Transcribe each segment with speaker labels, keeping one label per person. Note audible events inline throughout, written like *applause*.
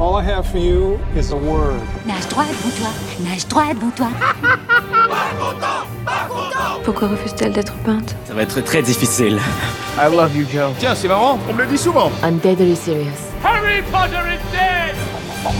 Speaker 1: I have for you is a word.
Speaker 2: Nage droit devant toi, nage droit devant toi.
Speaker 3: Pourquoi refuse-t-elle d'être peinte
Speaker 4: Ça va être très difficile.
Speaker 5: I love you, Joe.
Speaker 6: Tiens, c'est marrant, on me le dit souvent.
Speaker 7: I'm deadly serious.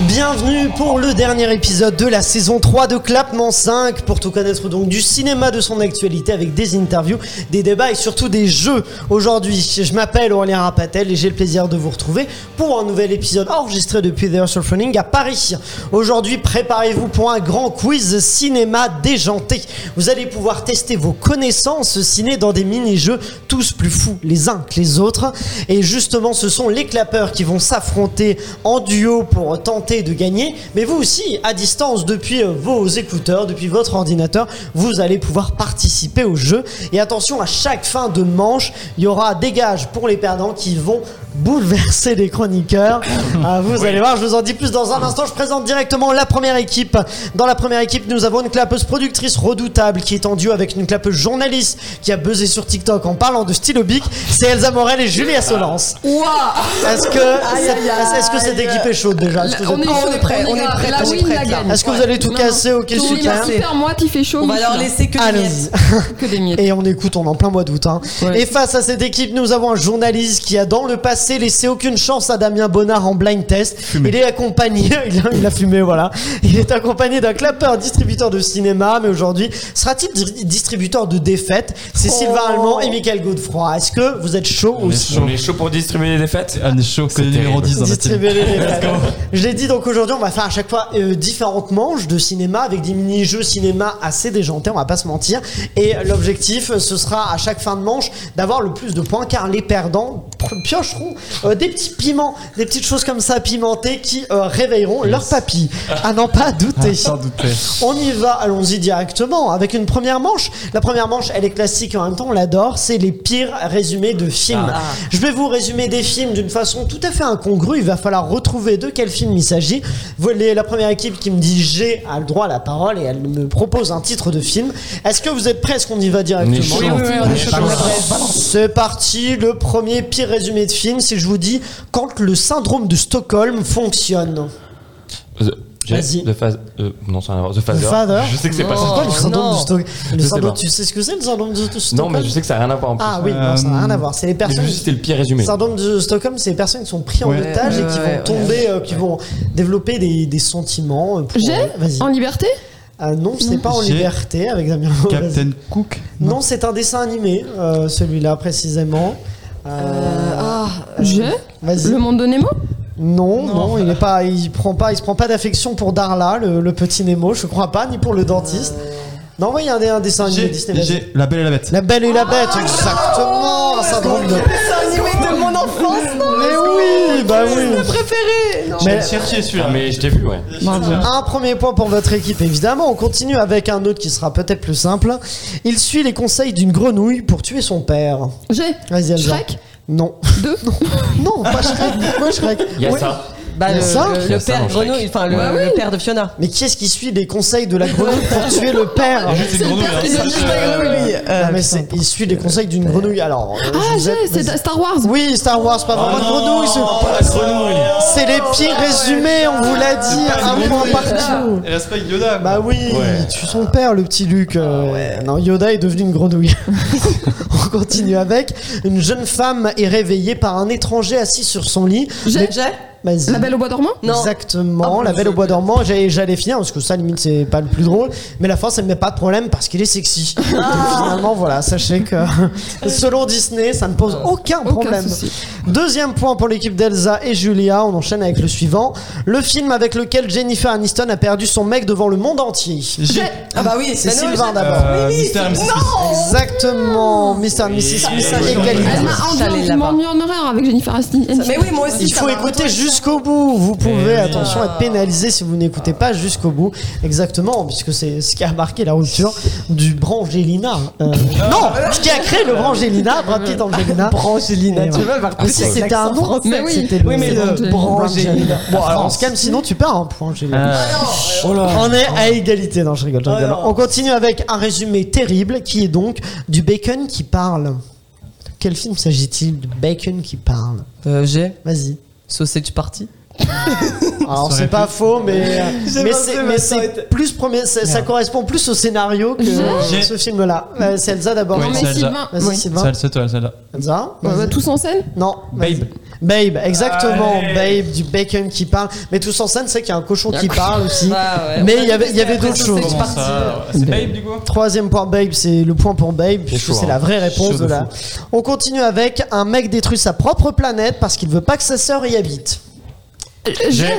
Speaker 8: Bienvenue pour le dernier épisode de la saison 3 de Clapement 5 pour tout connaître donc du cinéma de son actualité avec des interviews, des débats et surtout des jeux. Aujourd'hui, je m'appelle Aurélien Rapatel et j'ai le plaisir de vous retrouver pour un nouvel épisode enregistré depuis The Earth of Running à Paris. Aujourd'hui, préparez-vous pour un grand quiz cinéma déjanté. Vous allez pouvoir tester vos connaissances ciné dans des mini-jeux tous plus fous les uns que les autres et justement, ce sont les clapeurs qui vont s'affronter en duo pour tenter de gagner. Mais vous aussi, à distance, depuis euh, vos écouteurs, depuis votre ordinateur, vous allez pouvoir participer au jeu. Et attention, à chaque fin de manche, il y aura des gages pour les perdants qui vont bouleverser les chroniqueurs. Euh, vous allez voir, je vous en dis plus dans un instant. Je présente directement la première équipe. Dans la première équipe, nous avons une clapeuse productrice redoutable qui est en duo avec une clapeuse journaliste qui a buzzé sur TikTok en parlant de stylo bic. C'est Elsa Morel et Julia Solence. Est-ce que, cette- est-ce que cette équipe est chaude déjà Est-ce que vous
Speaker 9: On
Speaker 8: êtes
Speaker 9: est,
Speaker 8: prêts
Speaker 9: on est prêt, on est prêt,
Speaker 10: La
Speaker 9: on est
Speaker 10: win,
Speaker 9: prêt.
Speaker 10: la gagne.
Speaker 8: Est-ce que vous allez tout
Speaker 9: Non,
Speaker 8: casser Ok,
Speaker 9: Tout
Speaker 10: Tous les
Speaker 8: super.
Speaker 9: casser.
Speaker 10: super mois, il fait chaud.
Speaker 9: On
Speaker 10: mais
Speaker 9: va
Speaker 10: je
Speaker 9: leur
Speaker 10: suis là.
Speaker 9: laisser que des
Speaker 8: Allons-y.
Speaker 9: miettes. Que des miettes.
Speaker 8: Et on écoute, on est en plein mois d'août. hein.
Speaker 9: Ouais.
Speaker 8: Et face à cette équipe, nous avons un journaliste qui a dans le passé laissé aucune chance à Damien Bonnard en blind test. Il est accompagné, *laughs* il a, il a fumé, voilà. Il est accompagné d'un clapeur distributeur de cinéma, mais aujourd'hui sera-t-il di- distributeur de défaites C'est
Speaker 9: Oh.
Speaker 8: Sylvain Allemand et Michael Godefroy. Est-ce que vous êtes chaud ou
Speaker 11: On est chaud pour distribuer les défaites
Speaker 5: On est chaud que le numéro 10 dans la team.
Speaker 8: Distribuer les défaites. Je l'ai dit donc aujourd'hui, on va faire à chaque fois euh, différentes manches de cinéma avec des mini-jeux cinéma assez déjantés, on va pas se mentir. Et l'objectif, euh, ce sera à chaque fin de manche d'avoir le plus de points car les perdants pr- piocheront euh, des petits piments, des petites choses comme ça pimentées qui euh, réveilleront leur papy. À n'en pas douter.
Speaker 5: Sans doute.
Speaker 8: On y va, allons-y directement avec une première manche. La première manche, elle est classique et en même temps, on l'adore. C'est les pires résumés de films. Je vais vous résumer des films d'une façon tout à fait incongrue. Il va falloir retrouver de quel film il s'agit. Vous- les- La première équipe qui me dit j'ai a le droit à la parole et elle me propose un titre de film. Est-ce que vous êtes prêts Est-ce qu'on y va directement
Speaker 11: chaud. Oui, oui, oui, on est chaud.
Speaker 8: C'est parti. Le premier pire résumé de film, si je vous dis quand le syndrome de Stockholm fonctionne.
Speaker 11: The,
Speaker 8: Vas-y.
Speaker 11: The Phas- euh, non, ça n'a rien à voir. The Phaser.
Speaker 8: Phaser.
Speaker 11: Je sais que Bah, c'est pas
Speaker 8: C'est
Speaker 11: ça.
Speaker 8: quoi le syndrome
Speaker 9: non.
Speaker 8: de Stockholm Le
Speaker 11: sais
Speaker 8: syndrome-
Speaker 11: pas.
Speaker 8: Tu sais ce que c'est le syndrome de Stockholm
Speaker 11: Non, mais je sais que ça n'a rien à voir en plus.
Speaker 8: Ah oui, non, ça n'a rien à voir. C'est les
Speaker 11: Mais
Speaker 8: personnes.
Speaker 11: juste, C'était le pire résumé.
Speaker 8: Le syndrome de Stockholm, c'est les personnes qui sont prises en
Speaker 5: Ouais.
Speaker 8: otage et qui
Speaker 9: Ouais, ouais,
Speaker 8: vont tomber, euh, qui vont développer des, des sentiments. euh, pour-
Speaker 10: J'ai
Speaker 8: Vas-y.
Speaker 10: En liberté
Speaker 8: Ah non, c'est pas en
Speaker 5: J'ai-
Speaker 8: liberté avec Damien. Lowe, vas-y.
Speaker 5: Captain Cook
Speaker 8: Non, c'est un dessin animé, euh, celui-là précisément. Euh,
Speaker 10: Je
Speaker 8: Vas-y.
Speaker 10: Le monde de Nemo
Speaker 8: Non, non, il est pas, il prend pas, il se prend pas d'affection pour Darla, le, le petit Nemo, je crois pas, ni pour le dentiste. Non, oui, il y a un, un dessin animé
Speaker 5: J'ai
Speaker 8: Disney. vas-y.
Speaker 5: j'ai La Belle et la Bête.
Speaker 8: La Belle et la Bête,
Speaker 10: Ah,
Speaker 8: exactement, un syndrome de.
Speaker 9: de mon enfance,
Speaker 8: Mais oui, bah oui.
Speaker 9: préféré. Non.
Speaker 8: Mais-
Speaker 5: chercher
Speaker 11: Ah, mais je t'ai vu, ouais.
Speaker 8: Un premier point pour votre équipe, évidemment. On continue avec un autre qui sera peut-être plus simple. Il suit les conseils d'une grenouille pour tuer son père.
Speaker 10: J'ai
Speaker 8: Vas-y, Elsa.
Speaker 10: Shrek
Speaker 8: Non. *laughs*
Speaker 10: 2
Speaker 8: Non, pas Shrek. Pourquoi Shrek
Speaker 11: Il y a
Speaker 8: Oui.
Speaker 11: ça.
Speaker 9: Bah, le,
Speaker 8: Ça,
Speaker 9: le-
Speaker 11: il y
Speaker 9: le
Speaker 11: a ça
Speaker 9: père
Speaker 11: dans Shrek.
Speaker 9: Grenouille, enfin le,
Speaker 10: Bah oui.
Speaker 9: le père de Fiona.
Speaker 8: Mais qui est-ce qui suit les conseils de la grenouille pour tuer le père Euh,
Speaker 5: Juste une grenouille. hein.
Speaker 8: Non, mais c'est- il suit les conseils d'une grenouille. Alors. euh,
Speaker 10: Euh, Ah,
Speaker 8: je vous
Speaker 10: j'ai
Speaker 8: aide,
Speaker 10: C'est
Speaker 8: vas-y.
Speaker 10: Star Wars
Speaker 8: Oui, Star Wars, pas vraiment une
Speaker 11: Oh
Speaker 8: grenouille. c'est- C'est les pires résumés, on vous l'a dit. Un point partout.
Speaker 5: Et Respect Yoda.
Speaker 8: Bah oui,
Speaker 11: Ouais.
Speaker 8: tu son père, le petit Luc. euh, Non, Yoda est devenu une grenouille. On continue avec. Une jeune femme est réveillée par un étranger assis sur son lit.
Speaker 10: J'ai
Speaker 9: J'ai
Speaker 8: Vas-y.
Speaker 10: La Belle au bois dormant
Speaker 9: Non.
Speaker 8: Exactement,
Speaker 9: Ah,
Speaker 8: la
Speaker 9: je-
Speaker 8: belle au bois dormant, j'allais, j'allais finir parce que ça limite c'est pas le plus drôle, mais la fin ça me met pas de problème parce qu'il est sexy. Donc, finalement voilà, sachez que selon Disney ça ne pose aucun problème.
Speaker 10: souci.
Speaker 8: Deuxième point pour l'équipe d'Elsa et Julia, on enchaîne avec le suivant, le film avec lequel Jennifer Aniston a perdu son mec devant le monde entier.
Speaker 5: J'ai.
Speaker 9: Ah bah oui,
Speaker 8: C'est
Speaker 9: bah non,
Speaker 8: Sylvain
Speaker 9: j'ai-
Speaker 8: d'abord.
Speaker 5: Euh, Mr. et Mrs. Smith.
Speaker 8: Exactement, Mr. Mrs. Smith,
Speaker 11: oui, oui.
Speaker 8: égalité.
Speaker 10: Elle m'a
Speaker 9: Ça,
Speaker 10: endu-
Speaker 9: les
Speaker 10: je
Speaker 9: là-bas.
Speaker 10: m'ennuie en horreur avec Jennifer Aniston.
Speaker 9: Mais oui, moi aussi.
Speaker 8: Il
Speaker 9: ça
Speaker 8: faut
Speaker 9: m'a
Speaker 8: écouter
Speaker 9: retourné.
Speaker 8: jusqu'au bout. Vous pouvez,
Speaker 5: oui.
Speaker 8: attention, être pénalisé si vous n'écoutez pas jusqu'au bout. Exactement, puisque c'est ce qui a marqué la rupture du Brangelina. Euh, non, ce qui a créé le *laughs* Brangelina, Brad Pitt Angelina. Brangelina,
Speaker 9: Tu vois, par
Speaker 8: Mais
Speaker 9: contre,
Speaker 8: si
Speaker 9: avec
Speaker 8: c'était un
Speaker 9: l'accent
Speaker 8: nom,
Speaker 9: français.
Speaker 10: Mais oui.
Speaker 8: c'était le
Speaker 9: Oui, mais le
Speaker 8: Brangelina.
Speaker 9: Brangelina.
Speaker 8: Bon, alors on se calme, sinon tu perds hein, Oh un point, Angelina.
Speaker 5: Ah,
Speaker 8: On est à égalité, non, je rigole, je rigole.
Speaker 9: non.
Speaker 8: Ah. On continue avec un résumé terrible qui est donc du bacon qui parle. De quel film s'agit-il du bacon qui parle
Speaker 9: Euh, J'ai
Speaker 8: Vas-y.
Speaker 9: Sausage Party.
Speaker 5: Ça
Speaker 8: Alors c'est
Speaker 5: aurait
Speaker 8: pas faux,
Speaker 5: *laughs*
Speaker 8: mais,
Speaker 9: J'ai
Speaker 8: mais
Speaker 9: pensé,
Speaker 8: c'est-
Speaker 9: mais
Speaker 8: mais
Speaker 9: ça aurait
Speaker 8: c'est
Speaker 9: été-
Speaker 8: plus premier, ça, ça correspond plus au scénario que
Speaker 10: J'ai-
Speaker 8: ce film-là. Euh, c'est Elsa d'abord.
Speaker 5: Ouais,
Speaker 10: Non,
Speaker 5: c'est
Speaker 10: mais
Speaker 5: Elsa.
Speaker 10: Sylvain.
Speaker 8: Vas-y
Speaker 10: ouais.
Speaker 8: Sylvain.
Speaker 5: Celle, c'est toi, celle-là.
Speaker 8: Elsa.
Speaker 10: On va
Speaker 8: vas-y.
Speaker 10: tous en scène
Speaker 8: Non. vas-y.
Speaker 5: Babe.
Speaker 8: Babe, exactement.
Speaker 5: Allez.
Speaker 8: Babe du bacon qui parle. Mais tous en scène, c'est qu'il y a un cochon qui parle aussi.
Speaker 9: Bah ouais,
Speaker 8: Mais
Speaker 9: on
Speaker 8: il y
Speaker 9: a
Speaker 8: avait, il y avait
Speaker 9: testé
Speaker 8: d'autres
Speaker 9: après
Speaker 8: choses.
Speaker 9: ce
Speaker 5: Comment
Speaker 9: parti,
Speaker 5: ça C'est Babe, du coup
Speaker 8: Troisième point Babe, c'est le point pour Babe, puisque
Speaker 11: chaud,
Speaker 8: c'est
Speaker 11: hein.
Speaker 8: la vraie
Speaker 5: Chaud
Speaker 8: réponse
Speaker 5: de
Speaker 8: de là. On continue avec un mec détruit sa propre planète parce qu'il veut pas que sa sœur y habite.
Speaker 10: J'ai.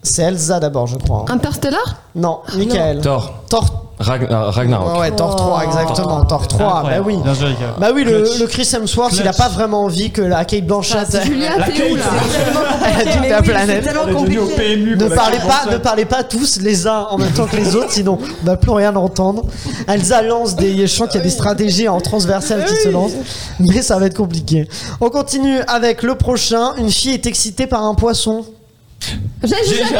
Speaker 8: C'est Elsa d'abord, je crois.
Speaker 10: Interstellar
Speaker 8: Ah. Non, Michael.
Speaker 11: Thor.
Speaker 8: Thor.
Speaker 11: Ragn- euh,
Speaker 8: Ah
Speaker 11: Ragnarok.
Speaker 8: ouais, Thor 3, exactement. Thor 3, bah
Speaker 5: Incroyable.
Speaker 8: oui.
Speaker 5: Bien joué, les gars.
Speaker 8: Bah oui, le,
Speaker 5: Clutch.
Speaker 8: le Chris Hemsworth, il a
Speaker 5: Clutch.
Speaker 8: pas vraiment envie que la Kate Blanchett *laughs*
Speaker 10: Julia, t'es où là
Speaker 8: habite
Speaker 9: Mais
Speaker 8: la
Speaker 9: oui, C'est
Speaker 8: planète.
Speaker 9: tellement compliqué.
Speaker 8: Ne parlez, pas, ne parlez pas tous les uns en même temps que les autres, sinon on va plus rien entendre. Elsa lance des. Je sens qu'il y a des stratégies en transversale qui se lancent, mais ça va être compliqué. On continue avec le prochain. Une fille est excitée par un poisson.
Speaker 10: J'ai, j'ai, j'ai.
Speaker 8: Elsa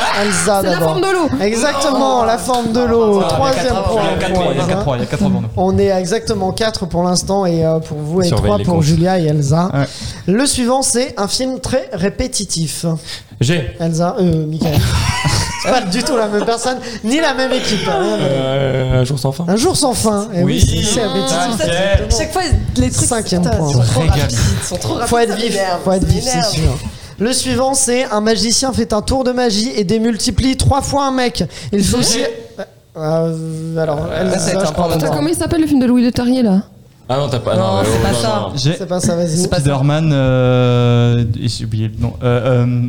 Speaker 10: C'est la
Speaker 8: d'abord.
Speaker 10: forme de l'eau.
Speaker 8: Exactement, la forme de
Speaker 5: Ah,
Speaker 8: l'eau. Troisième point.
Speaker 5: Il y a 4 points, il y a 4 points, il y a 4 points pour nous.
Speaker 8: On est à exactement 4 pour l'instant et euh, pour vous et
Speaker 11: Surveille
Speaker 8: 3
Speaker 11: les
Speaker 8: pour
Speaker 11: comptes.
Speaker 8: Julia et Elsa.
Speaker 5: Ouais.
Speaker 8: Le suivant, c'est un film très répétitif.
Speaker 11: J'ai.
Speaker 8: Elsa, euh,
Speaker 9: *laughs*
Speaker 8: Michael. c'est pas du tout la même personne, ni la même équipe. hein.
Speaker 11: Euh, un jour sans fin.
Speaker 8: Un jour sans fin. Eh oui, c'est- c'est
Speaker 9: Ah,
Speaker 8: répétitif.
Speaker 9: ça, Chaque fois, les trucs
Speaker 8: Cinquième
Speaker 9: putain,
Speaker 8: point.
Speaker 9: sont trop
Speaker 5: Régale.
Speaker 9: rapides. sont trop rapides,
Speaker 8: Faut être
Speaker 9: Ah, ça
Speaker 8: vif,
Speaker 9: m'énerve,
Speaker 8: faut être
Speaker 9: ça
Speaker 8: vif, c'est
Speaker 9: m'énerve.
Speaker 8: sûr. Le suivant, c'est un magicien fait un tour de magie et démultiplie trois fois un mec. Il faut aussi. Euh, alors, Elsa,
Speaker 9: ça va être
Speaker 8: je
Speaker 9: un
Speaker 8: crois
Speaker 9: problème.
Speaker 8: pas.
Speaker 10: Comment il s'appelle le film de Louis de Terrier là
Speaker 11: Ah non, t'as pas.
Speaker 9: Non, c'est
Speaker 11: oh,
Speaker 9: pas ça.
Speaker 5: J'ai
Speaker 8: C'est pas ça, vas-y.
Speaker 9: C'est pas-
Speaker 5: Spider-Man. euh, et J'ai oublié le nom. Euh, euh,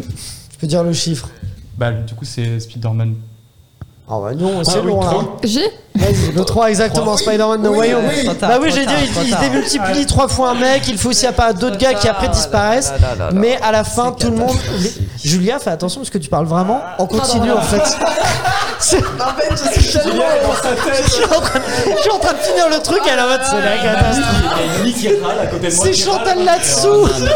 Speaker 8: Je peux dire le chiffre.
Speaker 5: Bah, du coup, c'est Spider-Man.
Speaker 8: Ah bah non, c'est
Speaker 11: oui,
Speaker 8: long là.
Speaker 11: trop.
Speaker 10: J'ai.
Speaker 8: Vas-y, le 3 exactement, Spider-Man No
Speaker 9: Oui,
Speaker 8: Way Home.
Speaker 9: oui. Trop tard,
Speaker 8: Bah oui,
Speaker 9: trop
Speaker 8: j'ai dit,
Speaker 9: tard,
Speaker 8: il,
Speaker 9: trop
Speaker 8: il
Speaker 9: tard.
Speaker 8: démultiplie trois fois un mec, il faut aussi apparaître d'autres
Speaker 9: Trop
Speaker 8: gars qui
Speaker 9: tard,
Speaker 8: après
Speaker 9: là, là,
Speaker 8: disparaissent.
Speaker 9: là, là, là.
Speaker 8: Mais à la fin,
Speaker 9: C'est
Speaker 8: tout le monde. Julia, fais attention parce que tu parles vraiment en continu en fait. C'est-
Speaker 9: En fait, je suis tellement.
Speaker 8: Je suis en train- je suis en train de finir le truc, elle est en mode c'est la catastrophe. C'est Chantal là-dessous.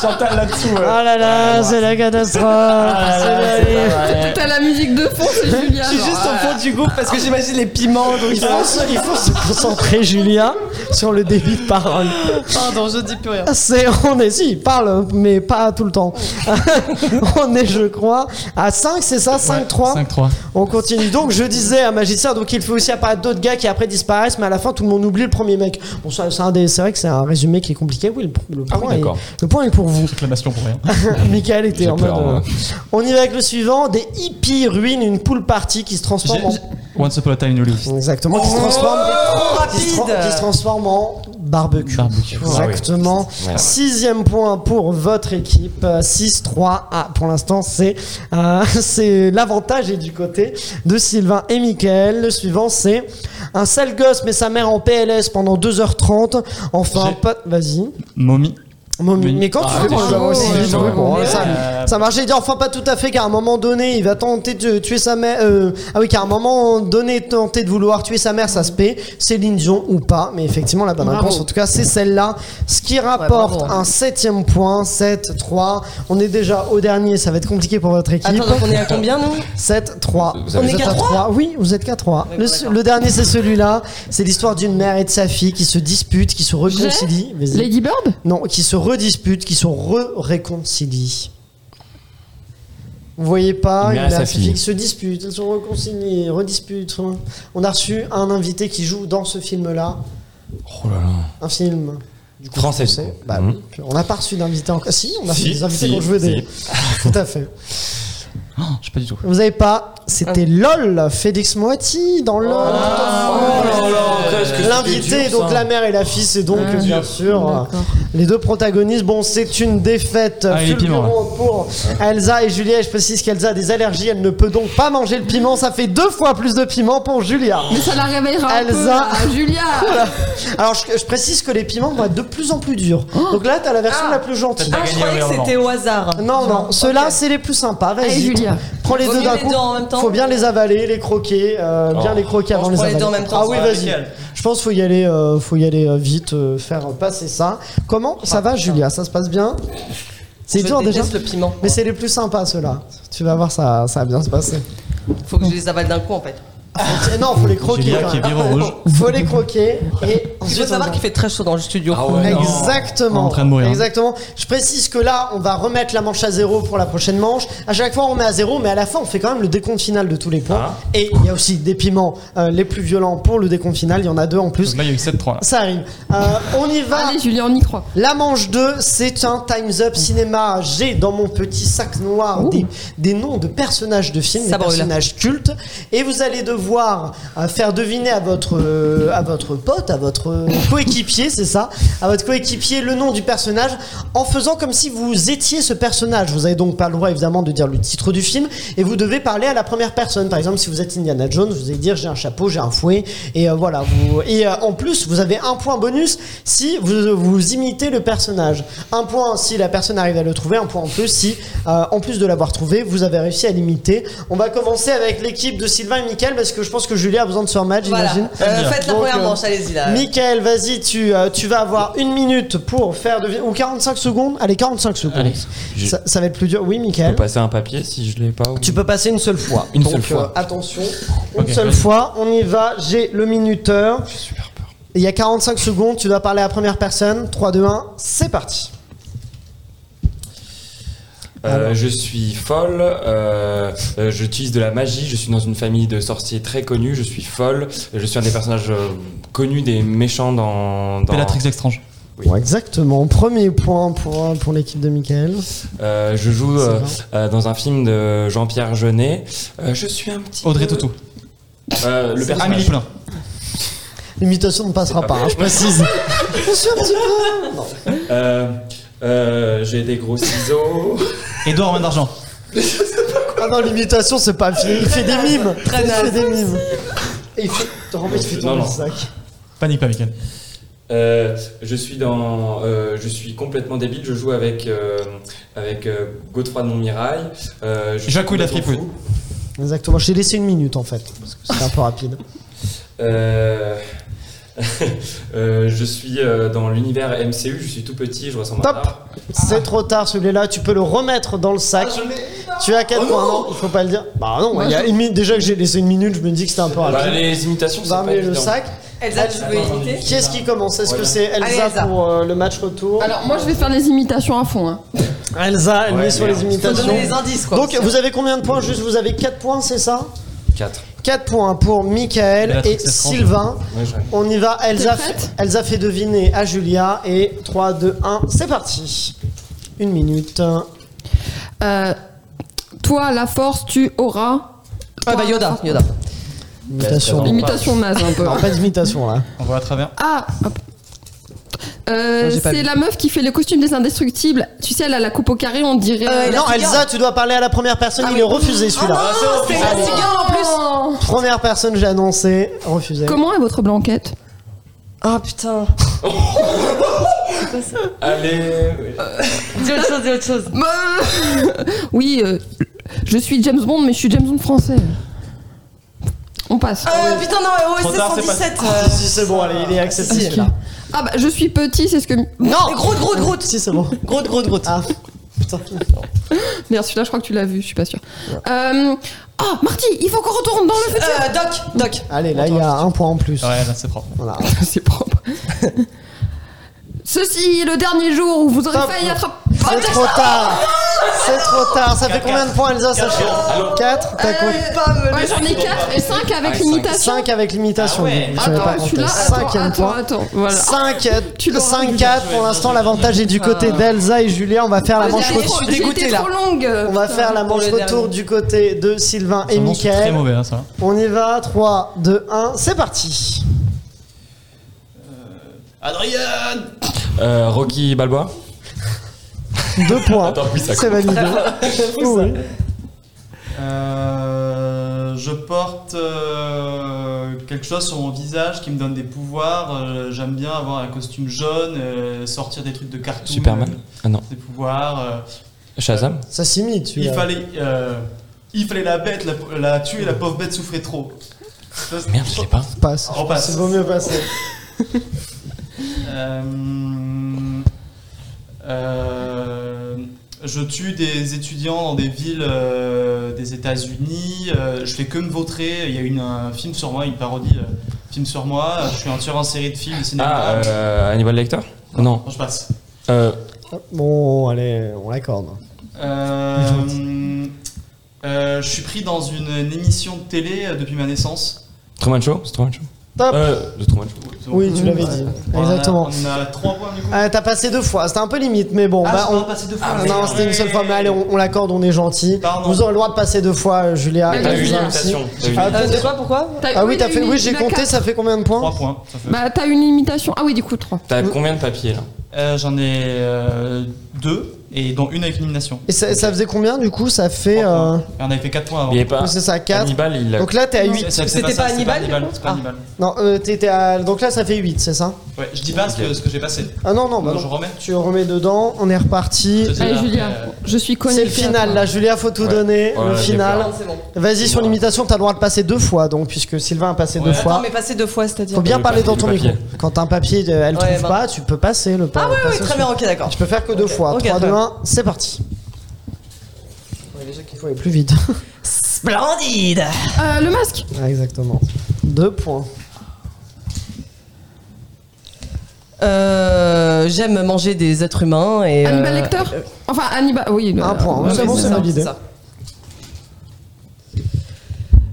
Speaker 1: Chantal là-dessous. ouais.
Speaker 8: Ah là là, c'est la catastrophe. C'est la-
Speaker 10: T'as la musique de fond, c'est Julia.
Speaker 9: Je suis juste au fond du groupe parce que j'imagine les piments. Donc
Speaker 8: Il faut, se, il faut se concentrer, Julien, sur le débit de parole.
Speaker 9: Pardon, je dis plus rien.
Speaker 8: *laughs* C'est, on est, si, il parle, mais pas tout le
Speaker 11: *laughs*
Speaker 8: temps. on est, je crois, à 5, c'est ça 5-3
Speaker 5: 5-3.
Speaker 8: On continue. Donc, je disais à Magicien, donc il faut aussi apparaître d'autres gars qui après disparaissent, mais à la fin, tout le monde oublie le premier mec. Bon, ça, c'est, un des- c'est vrai que c'est un résumé qui est compliqué. Oui, le, pr- le
Speaker 11: Ah
Speaker 8: point,
Speaker 11: oui,
Speaker 8: est,
Speaker 11: d'accord.
Speaker 8: le point est pour vous.
Speaker 5: Réclamation pour rien.
Speaker 8: *laughs* Michael était
Speaker 11: J'ai
Speaker 8: en
Speaker 11: peur,
Speaker 8: mode. euh,
Speaker 11: moi.
Speaker 8: On y va avec le suivant. Des hippies ruinent une poule party qui se transforme en.
Speaker 5: J'ai- Once Upon a Time in Hollywood.
Speaker 8: Exactement, qui se transforme, qui se tra-
Speaker 9: rapide.
Speaker 8: qui se transforme en barbecue.
Speaker 5: Barbecue. Ah
Speaker 8: Exactement.
Speaker 11: Ouais.
Speaker 8: Sixième point pour votre équipe. euh, 6-3. Ah, pour l'instant, c'est euh, *laughs* c'est l'avantage est du côté de Sylvain et Mickaël. Le suivant, c'est un sale gosse met sa mère en PLS pendant 2h30. Enfin,
Speaker 5: J'ai-
Speaker 8: pas. Vas-y.
Speaker 5: Mommy.
Speaker 8: Mon-
Speaker 5: Mais-
Speaker 8: Mais quand
Speaker 5: Ah,
Speaker 8: tu fais
Speaker 5: t'es
Speaker 8: pour le
Speaker 5: chaud,
Speaker 8: voir aussi
Speaker 5: ouais,
Speaker 8: vite,
Speaker 5: t'es
Speaker 8: oui,
Speaker 5: chaud.
Speaker 8: bon,
Speaker 5: Ouais.
Speaker 8: ça, ça marche. J'ai dit enfin pas tout à fait, car à un moment donné, il va tenter de tuer sa mère. euh, ah oui, car à un moment donné, tenter de vouloir tuer sa mère, ça se paie. Céline Dion ou pas, mais effectivement, la bonne réponse, en tout cas, c'est celle-là. Ce qui rapporte
Speaker 9: bravo.
Speaker 8: un septième point, 7-3. On est déjà au dernier, ça va être compliqué pour votre équipe.
Speaker 9: Attends, donc on est à combien, nous
Speaker 8: 7-3.
Speaker 11: Vous avez-
Speaker 9: On est
Speaker 8: êtes
Speaker 9: qu'à
Speaker 8: à
Speaker 9: trois
Speaker 8: trois. Oui, vous êtes qu'à 3. Le, le dernier, c'est celui-là. C'est l'histoire d'une mère et de sa fille qui se disputent, qui se réconcilient. Vas-y.
Speaker 10: Lady Bird
Speaker 8: Non, qui se redisputent, qui se re-réconcilient. Vous voyez pas,
Speaker 11: Une mère et
Speaker 8: la
Speaker 11: sa
Speaker 8: fille
Speaker 11: fille.
Speaker 8: qui se dispute, elles se réconcilient, redisputent. hein. On a reçu un invité qui joue dans ce film-là,
Speaker 11: Oh là là.
Speaker 8: un film. Du
Speaker 11: Français,
Speaker 8: français.
Speaker 11: du coup.
Speaker 8: Bah,
Speaker 11: Mhm.
Speaker 8: oui. On n'a pas reçu d'invité encore. Si, on a reçu
Speaker 11: Si,
Speaker 8: des invités
Speaker 11: si,
Speaker 8: qui ont joué des.
Speaker 11: si.
Speaker 8: Tout à fait.
Speaker 5: Oh, Je sais pas du tout.
Speaker 8: Vous avez pas, c'était LOL, Félix Moati dans LOL.
Speaker 11: Ah, oh
Speaker 8: L'invité, donc la mère et la fille, c'est donc bien sûr euh, les deux protagonistes. Bon, c'est une défaite
Speaker 5: Ah, et les piments,
Speaker 8: fulgurante pour Elsa et Julia. Et Je précise qu'Elsa a des allergies, elle ne peut donc pas manger le piment. Ça fait deux fois plus de piment pour Julia.
Speaker 10: Mais ça la réveillera un peu,
Speaker 8: Elsa.
Speaker 10: là, Julia
Speaker 8: Alors, je, je précise que les piments vont être de plus en plus durs. Donc là, t'as la version
Speaker 9: Ah.
Speaker 8: la plus gentille.
Speaker 9: Ah, je croyais que c'était au hasard.
Speaker 8: Non, non, ceux-là, c'est les plus sympas. Vas-y,
Speaker 10: Allez, Julia.
Speaker 8: prends les
Speaker 9: Vaut
Speaker 8: deux
Speaker 9: mieux
Speaker 8: d'un
Speaker 9: les
Speaker 8: coup.
Speaker 9: deux en même temps.
Speaker 8: Faut bien les avaler, les croquer, euh, bien
Speaker 11: Oh.
Speaker 8: les croquer
Speaker 9: Bon,
Speaker 8: avant
Speaker 9: je
Speaker 8: les
Speaker 9: prends
Speaker 8: avaler.
Speaker 9: les deux en même temps,
Speaker 8: ah
Speaker 9: ça
Speaker 8: oui,
Speaker 9: va
Speaker 8: vas-y. Je pense faut y aller, euh, faut y aller euh, vite, euh, faire passer ça. Comment ça va, Julia Ça se passe bien C'est
Speaker 9: Ah. Je
Speaker 8: dur déjà.
Speaker 9: déteste le piment.
Speaker 8: Mais c'est les plus sympas ceux-là. Tu vas voir, ça, ça va bien se passer.
Speaker 9: Faut que je les avale d'un coup, en fait.
Speaker 8: Faut- Non, faut les croquer.
Speaker 5: Julia
Speaker 8: quand
Speaker 5: qui
Speaker 8: même.
Speaker 5: vire au rouge.
Speaker 8: Faut les croquer. Et
Speaker 9: Il
Speaker 8: ensuite,
Speaker 9: faut
Speaker 8: on
Speaker 9: savoir
Speaker 8: va-
Speaker 9: qu'il fait très chaud dans le studio.
Speaker 11: Ah ouais. non.
Speaker 8: Exactement.
Speaker 5: On est en train de mourir. hein.
Speaker 8: Exactement. Je précise que là, on va remettre la manche à zéro pour la prochaine manche. À chaque fois, on met à zéro, mais à la fin, on fait quand même le décompte final de tous les points.
Speaker 11: Ah.
Speaker 8: Et il y a aussi des piments euh, les plus violents pour le décompte final. Il y en a deux en plus.
Speaker 5: Donc là, il y a eu 7-3. là.
Speaker 8: Ça arrive. Euh, on y va.
Speaker 10: Allez, Julien, on y croit.
Speaker 8: La manche 2, c'est un Time's Up cinéma. J'ai dans mon petit sac noir des, des noms de personnages de films,
Speaker 9: Ça
Speaker 8: des
Speaker 9: brûle.
Speaker 8: personnages cultes. Et vous allez devoir euh, faire deviner à votre, euh, à votre pote, à votre euh, coéquipier, c'est ça À votre coéquipier le nom du personnage en faisant comme si vous étiez ce personnage. Vous avez donc pas le droit, évidemment, de dire le titre du film. Et vous devez parler à la première personne. Par exemple, si vous êtes Indiana Jones, vous allez dire j'ai un chapeau, j'ai un fouet. Et euh, voilà. Vous... Et euh, en plus, vous avez un point bonus si vous, vous imitez le personnage. Un point si la personne arrive à le trouver, un point en plus si, euh, en plus de l'avoir trouvé, vous avez réussi à l'imiter. On va commencer avec l'équipe de Sylvain et Mickaël parce que je pense que Julien a besoin de se remettre,
Speaker 9: Voilà.
Speaker 8: j'imagine.
Speaker 9: Euh, faites la
Speaker 8: Donc,
Speaker 9: première
Speaker 8: euh,
Speaker 9: manche, allez-y là.
Speaker 8: Mickaël, vas-y, tu, euh, tu vas avoir une minute pour faire deviner. Ou 45 secondes Allez, 45 secondes.
Speaker 11: Allez. Je-
Speaker 8: Ça, ça va être plus dur. Oui,
Speaker 11: Je
Speaker 8: Mickaël.
Speaker 11: peux passer un papier si je l'ai pas. ou-
Speaker 8: Tu peux passer une seule fois.
Speaker 11: Une
Speaker 8: Donc,
Speaker 11: seule fois.
Speaker 8: euh, attention, une seule fois. On y va. J'ai le minuteur.
Speaker 11: J'ai super peur.
Speaker 8: Il y a 45 secondes. Tu dois parler à la première personne. 3, 2, 1. C'est parti.
Speaker 11: Euh, je suis folle, euh, euh, j'utilise de la magie, je suis dans une famille de sorciers très connus, je suis folle, je suis un des personnages euh, connus des méchants dans... dans-
Speaker 5: Bellatrix Extrange.
Speaker 11: Oui.
Speaker 8: exactement. Premier point pour, euh, pour l'équipe de Michael.
Speaker 11: Euh, je joue
Speaker 8: C'est
Speaker 11: euh,
Speaker 8: vrai.
Speaker 11: euh, dans un film de Jean-Pierre Jeunet. Euh, je suis un petit...
Speaker 5: Audrey
Speaker 11: peu-
Speaker 5: Tautou.
Speaker 11: Euh, le personnage...
Speaker 5: Amélie Poulain.
Speaker 8: L'imitation ne passera
Speaker 11: C'est
Speaker 8: pas,
Speaker 11: pas
Speaker 8: hein, je précise. Je suis un petit peu- Non.
Speaker 11: Euh, euh, J'ai des gros ciseaux.
Speaker 5: Edouard Main d'Argent.
Speaker 8: Ah non, l'imitation, c'est pas fini. Il fait des mimes. il fait des mimes. Et il fait, te rends compte, il fait
Speaker 11: Non,
Speaker 8: tomber
Speaker 11: non.
Speaker 8: le sac.
Speaker 5: Panique pas, Mickaël.
Speaker 11: Euh, je suis dans, euh, je suis complètement débile. Je joue avec euh, avec euh, Godefroy de Montmirail. Euh, je suis
Speaker 5: Jacouille la
Speaker 11: complètement
Speaker 5: fripouille.
Speaker 11: fou.
Speaker 8: Exactement. Je t'ai laissé une minute en fait. Parce que c'était un peu rapide.
Speaker 11: Euh, *laughs* euh, je suis euh, dans l'univers MCU. Je suis tout petit. Je ressemble
Speaker 8: Top.
Speaker 11: à un arbre.
Speaker 8: C'est trop tard celui-là, tu peux le remettre dans le sac.
Speaker 11: Ah,
Speaker 8: tu as
Speaker 11: Oh
Speaker 8: 4 points, non Il faut pas le dire. Bah non,
Speaker 10: Moi,
Speaker 8: il y a une minute, déjà que j'ai laissé une minute, je me dis que c'était un peu
Speaker 11: Bah,
Speaker 8: rapide.
Speaker 11: les imitations, c'est
Speaker 8: Bah,
Speaker 11: pas
Speaker 8: mais le
Speaker 11: évident.
Speaker 8: sac.
Speaker 9: Elsa, tu veux
Speaker 11: Attends,
Speaker 9: imiter
Speaker 8: Qui est-ce qui commence Est-ce que c'est Elsa,
Speaker 9: Allez, Elsa.
Speaker 8: pour euh, le match retour
Speaker 10: Alors, moi, je vais faire les imitations à fond. hein.
Speaker 8: Elsa, elle
Speaker 11: Ouais,
Speaker 8: met sur
Speaker 11: merde.
Speaker 8: les
Speaker 9: Faut
Speaker 8: imitations.
Speaker 9: donner les indices quoi.
Speaker 8: Donc vous avez combien de points Juste vous avez 4 points, c'est ça
Speaker 11: Quatre.
Speaker 8: 4 points pour Michael
Speaker 5: Béatrix
Speaker 8: et
Speaker 5: Estrange.
Speaker 8: Sylvain.
Speaker 11: Ouais, je-
Speaker 8: On y va, Elsa,
Speaker 10: T'es prête
Speaker 8: Elsa fait deviner à Julia et 3, 2, 1, c'est parti. Une minute.
Speaker 10: Euh, toi, la force, tu auras.
Speaker 9: Ah bah Yoda, Yoda.
Speaker 8: Imitation.
Speaker 11: Bon,
Speaker 10: Imitation naze un peu.
Speaker 8: Non,
Speaker 10: hein.
Speaker 8: pas d'imitation là.
Speaker 5: On voit à travers.
Speaker 10: Ah hop. Euh,
Speaker 9: Non, j'ai pas
Speaker 10: c'est
Speaker 9: vu.
Speaker 10: la meuf qui fait le costume des indestructibles. Tu sais, elle a la coupe au carré, on dirait.
Speaker 9: Euh,
Speaker 8: Non,
Speaker 9: la figure. Ah
Speaker 8: Elsa, tu dois parler à la première personne. il est refusé celui-là.
Speaker 9: C'est fatigant
Speaker 10: Ah,
Speaker 9: en plus.
Speaker 8: première personne, j'ai annoncé. Refusé.
Speaker 10: Comment est votre blanquette
Speaker 9: Ah putain.
Speaker 8: Oh.
Speaker 11: Allez.
Speaker 9: Dis autre chose, dis autre chose.
Speaker 10: *laughs* Oui, euh, je suis James Bond, mais je suis James Bond français. On passe. Ah,
Speaker 9: Euh, putain non, OSC
Speaker 5: Trop tard, c'est pas-
Speaker 9: 117.
Speaker 8: Ah, si, c'est bon, allez, il est accessible
Speaker 10: Si.
Speaker 8: celui-là.
Speaker 10: Ah bah, je suis petit, c'est ce que.
Speaker 8: Non
Speaker 9: Grotte, grotte, grotte.
Speaker 8: Si, c'est bon.
Speaker 9: Grotte, grotte, grotte.
Speaker 8: Ah, putain.
Speaker 10: Merde, celui-là, je crois que tu l'as vu, je suis pas sûre. Euh, Ah, Marty, il faut qu'on retourne dans le futur.
Speaker 9: Euh, doc, doc.
Speaker 8: Allez, là, il y a un point en plus.
Speaker 5: Ouais, là, c'est propre.
Speaker 8: Voilà.
Speaker 10: C'est propre. *laughs* Ceci est le dernier jour où vous aurez
Speaker 8: Stop.
Speaker 10: failli attraper. Ah,
Speaker 8: C'est trop tard C'est trop tard. Ça fait combien de points, Elsa ça fait
Speaker 11: Allons.
Speaker 8: 4 T'as compté
Speaker 9: Euh, Pas me
Speaker 10: Ouais, j'en ai 4 et 5
Speaker 11: Ah,
Speaker 10: avec
Speaker 11: cinq.
Speaker 10: l'imitation.
Speaker 8: 5 avec l'imitation.
Speaker 5: Ah ouais.
Speaker 8: Je savais pas
Speaker 10: Attends, Ah je suis
Speaker 8: compter. euh,
Speaker 10: là. Attends,
Speaker 8: Cinquième
Speaker 10: attends,
Speaker 8: point. Ah,
Speaker 10: attends. Voilà.
Speaker 8: 5
Speaker 10: Tu l'auras
Speaker 8: 5-4 euh, pour l'instant l'avantage est du côté
Speaker 9: Putain.
Speaker 8: d'Elsa et Julien on va faire la
Speaker 10: J'ai
Speaker 8: manche
Speaker 10: été
Speaker 9: retour.
Speaker 10: trop-
Speaker 9: Je suis
Speaker 10: j'ai
Speaker 9: dégoûté,
Speaker 10: été
Speaker 9: là.
Speaker 10: trop longue.
Speaker 8: On va faire la manche
Speaker 9: Pour le
Speaker 8: retour
Speaker 9: dernier.
Speaker 8: du côté de Sylvain et
Speaker 5: Son nom, c'est Très
Speaker 8: Mickaël.
Speaker 5: mauvais, hein, ça.
Speaker 8: On y va, 3, 2, 1, c'est parti.
Speaker 11: Euh, Rocky Balboa.
Speaker 8: 2 points.
Speaker 11: Attends, oui, ça
Speaker 8: Ah, C'est validé. Oui.
Speaker 5: Euh, je porte euh, quelque chose sur mon visage qui me donne des pouvoirs. Euh, J'aime bien avoir un costume jaune, euh, sortir des trucs de cartoon.
Speaker 11: Superman.
Speaker 5: euh,
Speaker 11: Ah non.
Speaker 5: des pouvoirs. euh.
Speaker 11: Shazam.
Speaker 8: Ça s'imite, tu
Speaker 5: il
Speaker 8: l'as.
Speaker 5: fallait, euh, il fallait la bête, la, la tuer, la pauvre bête souffrait trop. Ça, c'est-
Speaker 11: Merde, je l'ai pas.
Speaker 8: Passe.
Speaker 5: On passe.
Speaker 8: C'est vaut mieux passer.
Speaker 5: Euh, euh, Je tue des étudiants dans des villes euh, des États-Unis. euh, je fais que me vautrer. Il y a eu un film sur moi, une parodie euh, film sur moi. Je suis un tueur en série de films de
Speaker 11: Ah,
Speaker 5: cinéma.
Speaker 11: euh, Hannibal Lecter Non.
Speaker 5: Bon, je passe.
Speaker 11: Euh,
Speaker 8: Bon, allez, on l'accorde.
Speaker 5: Euh, euh, je suis pris dans une, une émission de télé euh, depuis ma naissance.
Speaker 11: Truman Show C'est Truman Show
Speaker 8: Top.
Speaker 11: Euh, de Truman Show.
Speaker 5: C'est bon.
Speaker 8: Oui, tu l'avais dit.
Speaker 5: On a-
Speaker 8: Exactement.
Speaker 5: On a trois points du coup.
Speaker 8: Euh, T'as passé deux fois, c'était un peu limite, mais bon,
Speaker 5: Ah,
Speaker 8: bah,
Speaker 5: je dois
Speaker 8: on...
Speaker 5: passer deux fois.
Speaker 8: Ah,
Speaker 5: merde.
Speaker 8: non, c'était une seule fois, mais allez, on, on l'accorde, on est gentil.
Speaker 5: Pardon.
Speaker 8: Vous aurez le droit de passer deux fois, euh, Julia.
Speaker 10: Mais
Speaker 11: T'as
Speaker 10: t'as
Speaker 11: eu
Speaker 10: vu
Speaker 11: une
Speaker 10: la-
Speaker 11: imitation t'as eu une-
Speaker 8: Ah,
Speaker 9: Euh, de quoi Pourquoi
Speaker 8: Ah oui,
Speaker 10: t'as
Speaker 8: t'as fait, oui, j'ai compté, ça fait combien de points
Speaker 5: Trois points. ça fait.
Speaker 10: Bah, t'as une imitation. Ah oui, du coup, trois.
Speaker 11: T'as combien de papiers là
Speaker 5: Euh, J'en ai euh, deux et dont une avec élimination.
Speaker 8: Et ça, ça faisait combien du coup Ça fait.
Speaker 5: Trois
Speaker 8: euh,
Speaker 5: points. Et on avait fait quatre points avant.
Speaker 11: Il est pas.
Speaker 8: oui, C'est ça, 4.
Speaker 11: Hannibal, il a.
Speaker 8: Donc là, t'es à
Speaker 9: Non.
Speaker 8: 8.
Speaker 5: C'est- c'est
Speaker 9: C'était pas
Speaker 5: ça, c'est
Speaker 9: Hannibal, du coup
Speaker 5: c'est pas
Speaker 9: Ah.
Speaker 5: Hannibal.
Speaker 8: Non, euh, t'étais à... Donc là, ça fait 8, c'est ça
Speaker 5: Ouais, je dis pas ce que, ce que j'ai passé.
Speaker 8: Ah non, non, bah
Speaker 5: Oh, Non,
Speaker 8: non.
Speaker 5: je remets.
Speaker 8: Tu remets dedans, on est reparti.
Speaker 5: Je sais
Speaker 10: Allez,
Speaker 5: pas,
Speaker 10: Julia,
Speaker 5: euh,
Speaker 10: je suis connue.
Speaker 8: C'est le final, là, Julia, faut tout
Speaker 11: Ouais.
Speaker 8: donner.
Speaker 11: Ouais,
Speaker 8: le
Speaker 11: j'ai
Speaker 8: final.
Speaker 11: peur.
Speaker 9: C'est bon.
Speaker 8: Vas-y, sur l'imitation, t'as le droit de passer deux fois, donc, puisque Sylvain a passé
Speaker 5: Ouais.
Speaker 8: deux
Speaker 5: Attends,
Speaker 8: fois.
Speaker 9: Non, mais passer deux fois, c'est-à-dire.
Speaker 8: Faut bien
Speaker 11: Le
Speaker 8: parler
Speaker 11: papier,
Speaker 8: dans ton
Speaker 11: le
Speaker 8: micro.
Speaker 11: papier.
Speaker 8: Quand un papier, euh, elle
Speaker 9: Ouais,
Speaker 8: trouve
Speaker 9: ben.
Speaker 8: pas, tu peux passer le pas.
Speaker 9: Ah oui, oui, très bien, ok, d'accord.
Speaker 8: Je peux faire que deux
Speaker 9: Ok.
Speaker 8: fois.
Speaker 9: Ok,
Speaker 8: 3,
Speaker 9: très
Speaker 8: 2,
Speaker 9: bien.
Speaker 8: 1, c'est parti. déjà qu'il faut aller plus vite. *laughs*
Speaker 9: Splendide
Speaker 10: Euh, le masque
Speaker 8: Ah, exactement. Deux points.
Speaker 9: Euh, J'aime manger des êtres humains et.
Speaker 10: Hannibal
Speaker 9: euh,
Speaker 10: Lecter Enfin, Hannibal, oui. le-
Speaker 8: Un point,
Speaker 10: ouais,
Speaker 8: c'est bon,
Speaker 10: c'est
Speaker 8: c'est
Speaker 10: ça.
Speaker 8: validé.
Speaker 9: ça.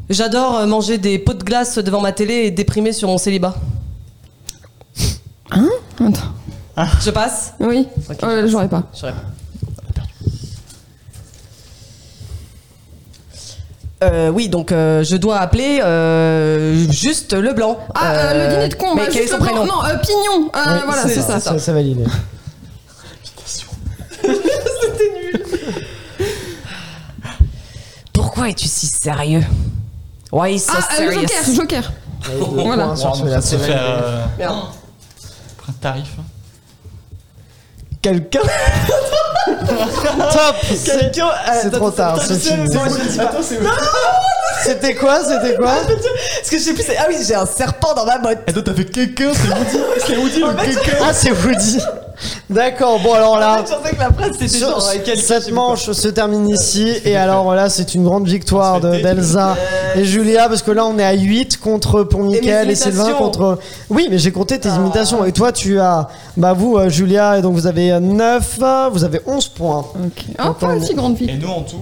Speaker 9: J'adore euh, manger des pots de glace devant ma télé et déprimer sur mon célibat.
Speaker 8: Hein
Speaker 10: Attends.
Speaker 9: Je passe
Speaker 10: Oui,
Speaker 9: Ok.
Speaker 10: Euh, j'aurais pas.
Speaker 9: Je réponds. Euh, oui, donc euh, je dois appeler euh, juste le blanc.
Speaker 10: Ah, euh, le dîner de con,
Speaker 9: mais
Speaker 10: bah,
Speaker 9: quel est
Speaker 10: juste
Speaker 9: son
Speaker 10: le blanc.
Speaker 9: prénom
Speaker 10: Non, euh, Pignon. Euh,
Speaker 9: Ah,
Speaker 8: Oui,
Speaker 10: voilà, c'est ça.
Speaker 8: C'est validé.
Speaker 9: Pourquoi es-tu si sérieux Why so
Speaker 10: Ah, euh, le
Speaker 9: serious
Speaker 10: Joker, Joker.
Speaker 8: Allez, deux
Speaker 10: Voilà.
Speaker 8: points sur
Speaker 5: Wow,
Speaker 8: celui-là,
Speaker 5: Ah, ça se
Speaker 8: c'est
Speaker 5: fait
Speaker 8: validé.
Speaker 5: euh,
Speaker 9: Merde.
Speaker 5: un tarif. hein. *laughs*
Speaker 8: Quelqu'un. Top C'est
Speaker 9: Ah, euh,
Speaker 8: c'est trop tard, c'est fini. C'était quoi C'était quoi
Speaker 9: Ce que je sais plus, c'est. Ah oui, j'ai un serpent dans ma botte.
Speaker 5: Et toi, t'as fait quelqu'un, c'est Woody. *laughs* C'est Woody le quelqu'un.
Speaker 8: Ah, c'est Woody. D'accord, bon alors là.
Speaker 9: Je pensais que la phrase c'était
Speaker 8: Sur-
Speaker 9: Ah, genre. euh, quel-
Speaker 8: cette manche se termine ici et alors là c'est une grande victoire
Speaker 5: On se
Speaker 8: de-
Speaker 5: fait
Speaker 8: d'Elsa et Julia parce que là on est à 8 contre pour Mickaël et Sylvain
Speaker 9: imitations.
Speaker 8: contre oui mais j'ai compté tes imitations et toi tu as bah vous euh, Julia et donc vous avez 9 vous avez 11 points
Speaker 10: Ok. Oh, pas
Speaker 8: Attends.
Speaker 10: aussi grande
Speaker 5: Et
Speaker 10: fille.
Speaker 5: nous en tout.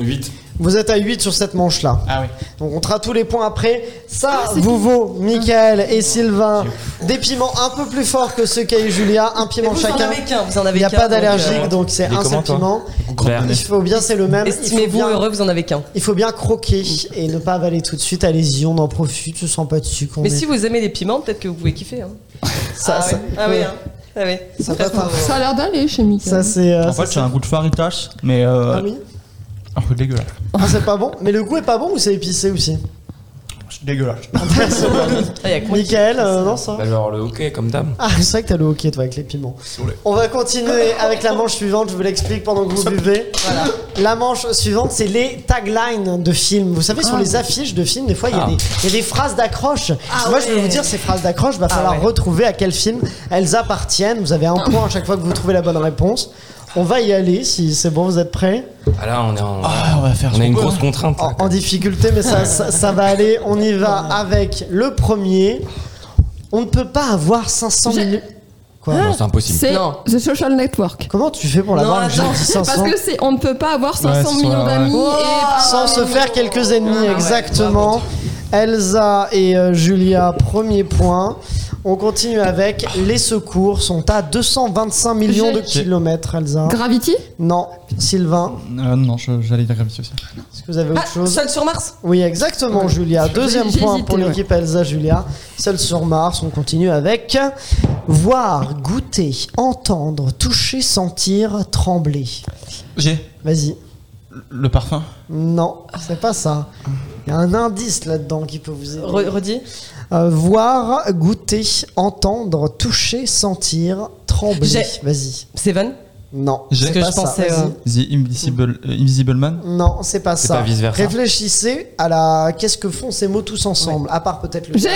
Speaker 11: 8.
Speaker 8: vous êtes à 8 sur cette manche là
Speaker 5: Ah oui.
Speaker 8: donc on traite tous les points après ça
Speaker 9: Ah,
Speaker 8: vous vaut Mickaël
Speaker 11: Ah,
Speaker 8: et Sylvain des piments un peu plus forts que ceux qu'a eu Julia un
Speaker 9: Mais
Speaker 8: piment
Speaker 9: vous en
Speaker 8: chacun
Speaker 9: avez qu'un, vous en avez
Speaker 8: il n'y a
Speaker 9: qu'un,
Speaker 8: pas
Speaker 9: donc, euh,
Speaker 8: d'allergique donc c'est
Speaker 11: Il est
Speaker 8: un seul
Speaker 11: comment, toi
Speaker 8: piment
Speaker 11: Vert.
Speaker 8: il faut bien c'est le
Speaker 9: euh,
Speaker 8: même Il faut
Speaker 9: Estimez-vous
Speaker 8: bien-
Speaker 9: heureux, vous en avez qu'un.
Speaker 8: Il faut bien croquer et ne pas avaler tout de suite. Allez-y, on en profite, je sens pas dessus qu'on
Speaker 9: Mais
Speaker 8: est-
Speaker 9: si vous aimez les piments, peut-être que vous pouvez kiffer. Hein.
Speaker 8: ça,
Speaker 9: ah,
Speaker 8: ça,
Speaker 9: oui. ah oui, hein. Ah oui.
Speaker 8: ça
Speaker 9: Très
Speaker 8: peut être un-
Speaker 9: fort.
Speaker 10: Ça a l'air d'aller chez
Speaker 8: ça,
Speaker 10: Mika.
Speaker 8: c'est. euh,
Speaker 5: En
Speaker 8: ça,
Speaker 5: fait, c'est un goût de faritas, mais
Speaker 8: ah
Speaker 5: euh,
Speaker 8: oui
Speaker 5: un peu dégueulasse.
Speaker 8: Ah, c'est pas bon. Mais le goût est pas bon ou c'est
Speaker 9: *laughs*
Speaker 8: épicé aussi
Speaker 5: Dégueulasse.
Speaker 9: Ah, y a que moi qui-
Speaker 8: Michael, euh, non, ça va
Speaker 11: Alors le hockey comme d'hab.
Speaker 8: Ah, c'est vrai que t'as le hockey, toi, avec les piments. On va continuer avec la manche suivante, je vous l'explique pendant que vous buvez. Voilà. La manche suivante, c'est les taglines de films. Vous savez, sur les affiches de films, des fois, il y a
Speaker 11: Ah.
Speaker 8: des- il y, a des phrases d'accroche.
Speaker 9: Ah
Speaker 8: Moi, je vais
Speaker 9: ouais. Ah
Speaker 8: vous dire, ces phrases d'accroche, il va falloir
Speaker 9: ouais.
Speaker 8: retrouver à quel film elles appartiennent. Vous avez un point à chaque fois que vous trouvez la bonne réponse. On va y aller, si c'est bon, vous êtes prêts
Speaker 11: Ah là, on est en.
Speaker 5: on va faire
Speaker 11: on a une
Speaker 5: ce qu'on
Speaker 11: grosse
Speaker 5: peut. hein.
Speaker 11: contrainte.
Speaker 8: en, en difficulté, mais ça, ça, ça va aller. On y va avec le premier. On ne peut pas avoir 500
Speaker 10: J'ai-
Speaker 8: minutes. Quoi
Speaker 9: Ah,
Speaker 11: Non, c'est impossible.
Speaker 10: C'est
Speaker 9: Non.
Speaker 10: The Social Network.
Speaker 8: Comment tu fais pour l'avoir
Speaker 9: Non,
Speaker 8: que j'ai
Speaker 9: attends,
Speaker 8: dit 500
Speaker 10: Parce que c'est, on ne peut pas avoir 500
Speaker 5: c'est
Speaker 10: millions
Speaker 5: vrai, ouais.
Speaker 10: d'amis et
Speaker 8: Sans se faire quelques ennemis,
Speaker 9: ouais,
Speaker 8: exactement. Elsa et euh, Julia, premier point. On continue avec les secours sont à 225 millions de
Speaker 5: J'ai-
Speaker 8: kilomètres, Elsa.
Speaker 10: Gravity
Speaker 8: Non, Sylvain,
Speaker 5: Euh, non, je- j'allais dire Gravity aussi.
Speaker 8: est-ce que vous avez autre
Speaker 9: Ah,
Speaker 8: chose
Speaker 9: seul sur Mars
Speaker 8: Oui, exactement, Julia. Deuxième
Speaker 10: J'ai
Speaker 8: point
Speaker 10: hésité,
Speaker 8: pour
Speaker 10: ouais.
Speaker 8: l'équipe Elsa Julia. Seule sur Mars, on continue avec voir, goûter, entendre, toucher, sentir, trembler.
Speaker 5: J'ai
Speaker 8: Vas-y.
Speaker 5: le parfum.
Speaker 8: Non, c'est pas ça. Il y a un indice là-dedans qui peut vous aider.
Speaker 9: Re- Redis.
Speaker 8: Euh, voir, goûter, entendre, toucher, sentir, trembler.
Speaker 9: J'ai-
Speaker 8: Vas-y.
Speaker 9: Seven
Speaker 8: Non,
Speaker 5: J'ai-
Speaker 8: c'est
Speaker 9: que
Speaker 8: pas
Speaker 9: je
Speaker 8: ça.
Speaker 9: pensais,
Speaker 8: Vas-y.
Speaker 9: euh,
Speaker 5: The Invisible, euh, Invisible Man
Speaker 8: Non, c'est pas
Speaker 11: C'est
Speaker 8: ça.
Speaker 11: pas vice-versa.
Speaker 8: Réfléchissez à la. Qu'est-ce que font ces mots tous ensemble À part peut-être le.
Speaker 10: J'ai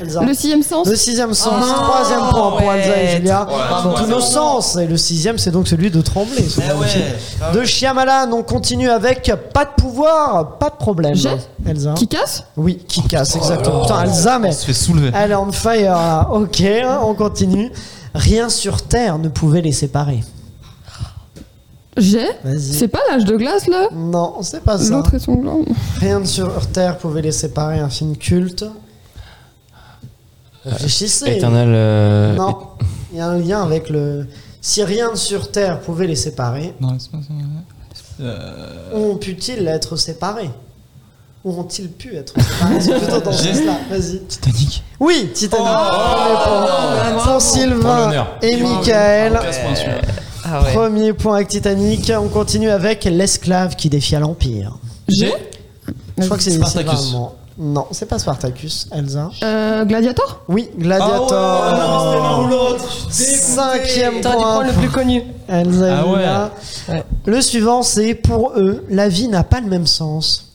Speaker 8: Elsa.
Speaker 10: Le sixième sens
Speaker 8: Le sixième sens,
Speaker 9: Oh,
Speaker 8: troisième point pour Elsa et
Speaker 9: ouais.
Speaker 8: Julia.
Speaker 11: Ouais,
Speaker 8: Dans tous
Speaker 11: ouais,
Speaker 8: nos
Speaker 11: c'est
Speaker 8: sens. Et le sixième, c'est donc celui de Tremblay. ce
Speaker 5: Ah
Speaker 8: bon film.
Speaker 5: ouais. Ah
Speaker 8: De Shyamalan, on continue avec pas de pouvoir, pas de problème.
Speaker 10: J'ai
Speaker 8: Elsa.
Speaker 10: qui casse
Speaker 8: Oui, qui casse, exactement. Putain, Elsa, mais
Speaker 5: On se fait soulever.
Speaker 8: elle est on fire. là. Ok, hein, on continue. Rien sur terre ne pouvait les séparer.
Speaker 10: J'ai
Speaker 8: Vas-y.
Speaker 10: C'est pas l'âge de glace là
Speaker 8: Non, c'est pas ça.
Speaker 10: L'autre est sanglant.
Speaker 8: Rien sur terre pouvait les séparer. Un film culte. Réfléchissez.
Speaker 11: Éternel. euh,
Speaker 8: Non, il y a un lien avec le. Si rien sur terre pouvait les séparer,
Speaker 5: Non, c'est pas ça. Euh,
Speaker 8: ont pu-ils être séparés Ou ont-ils pu être séparés C'est plutôt
Speaker 5: *laughs*
Speaker 8: dans ce
Speaker 5: J'ai-
Speaker 8: sens-là. Vas-y.
Speaker 5: Titanic. Oh,
Speaker 8: Oui, Titanic. Premier point. pour
Speaker 11: En
Speaker 8: Sylvain
Speaker 11: l'honneur.
Speaker 8: et Michael.
Speaker 11: Euh,
Speaker 9: Ah ouais.
Speaker 8: Premier point avec Titanic. On continue avec l'esclave qui défia l'empire.
Speaker 10: J'ai
Speaker 8: Je crois que c'est
Speaker 5: Spartacus.
Speaker 8: Sylvain, moi. Non, c'est pas Spartacus, Elsa.
Speaker 10: euh, Gladiator
Speaker 8: Oui, Gladiator.
Speaker 5: Ah
Speaker 8: Cinquième
Speaker 9: Putain, du point
Speaker 8: point.
Speaker 9: le plus connu.
Speaker 8: Elsa et
Speaker 5: Ah ouais.
Speaker 8: Luna.
Speaker 9: Ouais.
Speaker 8: Le suivant, c'est pour eux, la vie n'a pas le même sens.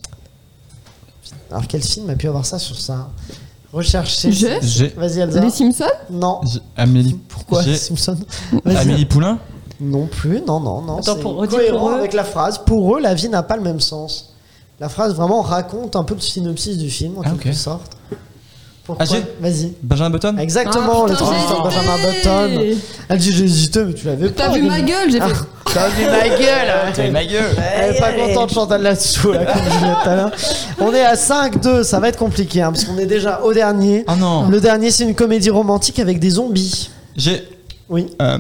Speaker 8: Alors quel film a pu avoir ça sur ça Recherchez.
Speaker 10: J'ai
Speaker 5: J'ai.
Speaker 8: Vas-y Elsa.
Speaker 10: Les Simpsons
Speaker 8: Non.
Speaker 5: j'ai- Amélie.
Speaker 8: Pourquoi
Speaker 5: j'ai- *laughs*
Speaker 8: Simpson
Speaker 5: Amélie Poulain
Speaker 8: Non plus, non, non, non.
Speaker 9: Attends,
Speaker 8: c'est
Speaker 9: pour- redis
Speaker 8: cohérent
Speaker 9: pour eux.
Speaker 8: avec la phrase. Pour eux, la vie n'a pas le même sens. La phrase vraiment raconte un peu le synopsis du film en
Speaker 5: Ah,
Speaker 8: quelque
Speaker 5: ok. Ah,
Speaker 8: sorte. Pourquoi
Speaker 5: j'ai-
Speaker 8: Vas-y.
Speaker 5: Benjamin Button
Speaker 8: Exactement,
Speaker 10: Ah,
Speaker 8: le
Speaker 10: putain,
Speaker 8: transistor
Speaker 10: j'ai
Speaker 8: de Benjamin
Speaker 10: hésité.
Speaker 8: Button. Ah, Elle dit j'ai hésité, mais tu l'avais pas.
Speaker 10: T'as vu ma gueule J'ai fait.
Speaker 8: T'as vu ma gueule
Speaker 5: T'as ma gueule
Speaker 8: Elle est pas contente, Chantal, là-dessous, là, comme je disais tout à l'heure. On est à 5-2, ça va être compliqué, hein, parce qu'on est déjà au dernier.
Speaker 5: Ah non
Speaker 8: Le dernier, c'est une comédie romantique avec des zombies.
Speaker 5: J'ai.
Speaker 8: Oui,
Speaker 5: euh,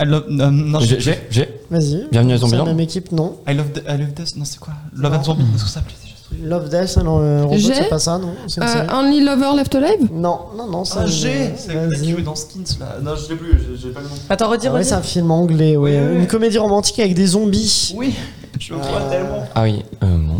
Speaker 5: I love. euh, non,
Speaker 11: J'ai,
Speaker 5: j'ai.
Speaker 11: j'ai, j'ai.
Speaker 8: vas-y.
Speaker 11: Bienvenue à
Speaker 8: C'est la
Speaker 11: Zombieland.
Speaker 8: même équipe, non.
Speaker 5: I love, the- I love Death. Non, c'est quoi Love and
Speaker 8: Non.
Speaker 5: Zombie. Qu'est-ce que ça s'appelait déjà ce truc
Speaker 8: Love Death, non, euh, Robot,
Speaker 10: J'ai-
Speaker 8: c'est pas ça, non C'est une
Speaker 10: Euh,
Speaker 8: série.
Speaker 10: Only Lover Left Alive
Speaker 8: Non, non, non, c'est.
Speaker 5: Ah,
Speaker 8: une-
Speaker 5: j'ai C'est le mec qui
Speaker 8: vas-y.
Speaker 5: joue dans Skins là. Non, je l'ai plus, j'ai- j'ai pas le nom.
Speaker 9: Attends, redis,
Speaker 8: Ah ouais,
Speaker 9: redis.
Speaker 8: c'est un film anglais, ouais.
Speaker 5: Oui, oui, oui.
Speaker 8: Une comédie romantique avec des zombies.
Speaker 5: Oui Je me crois tellement.
Speaker 11: Ah oui, euh, non.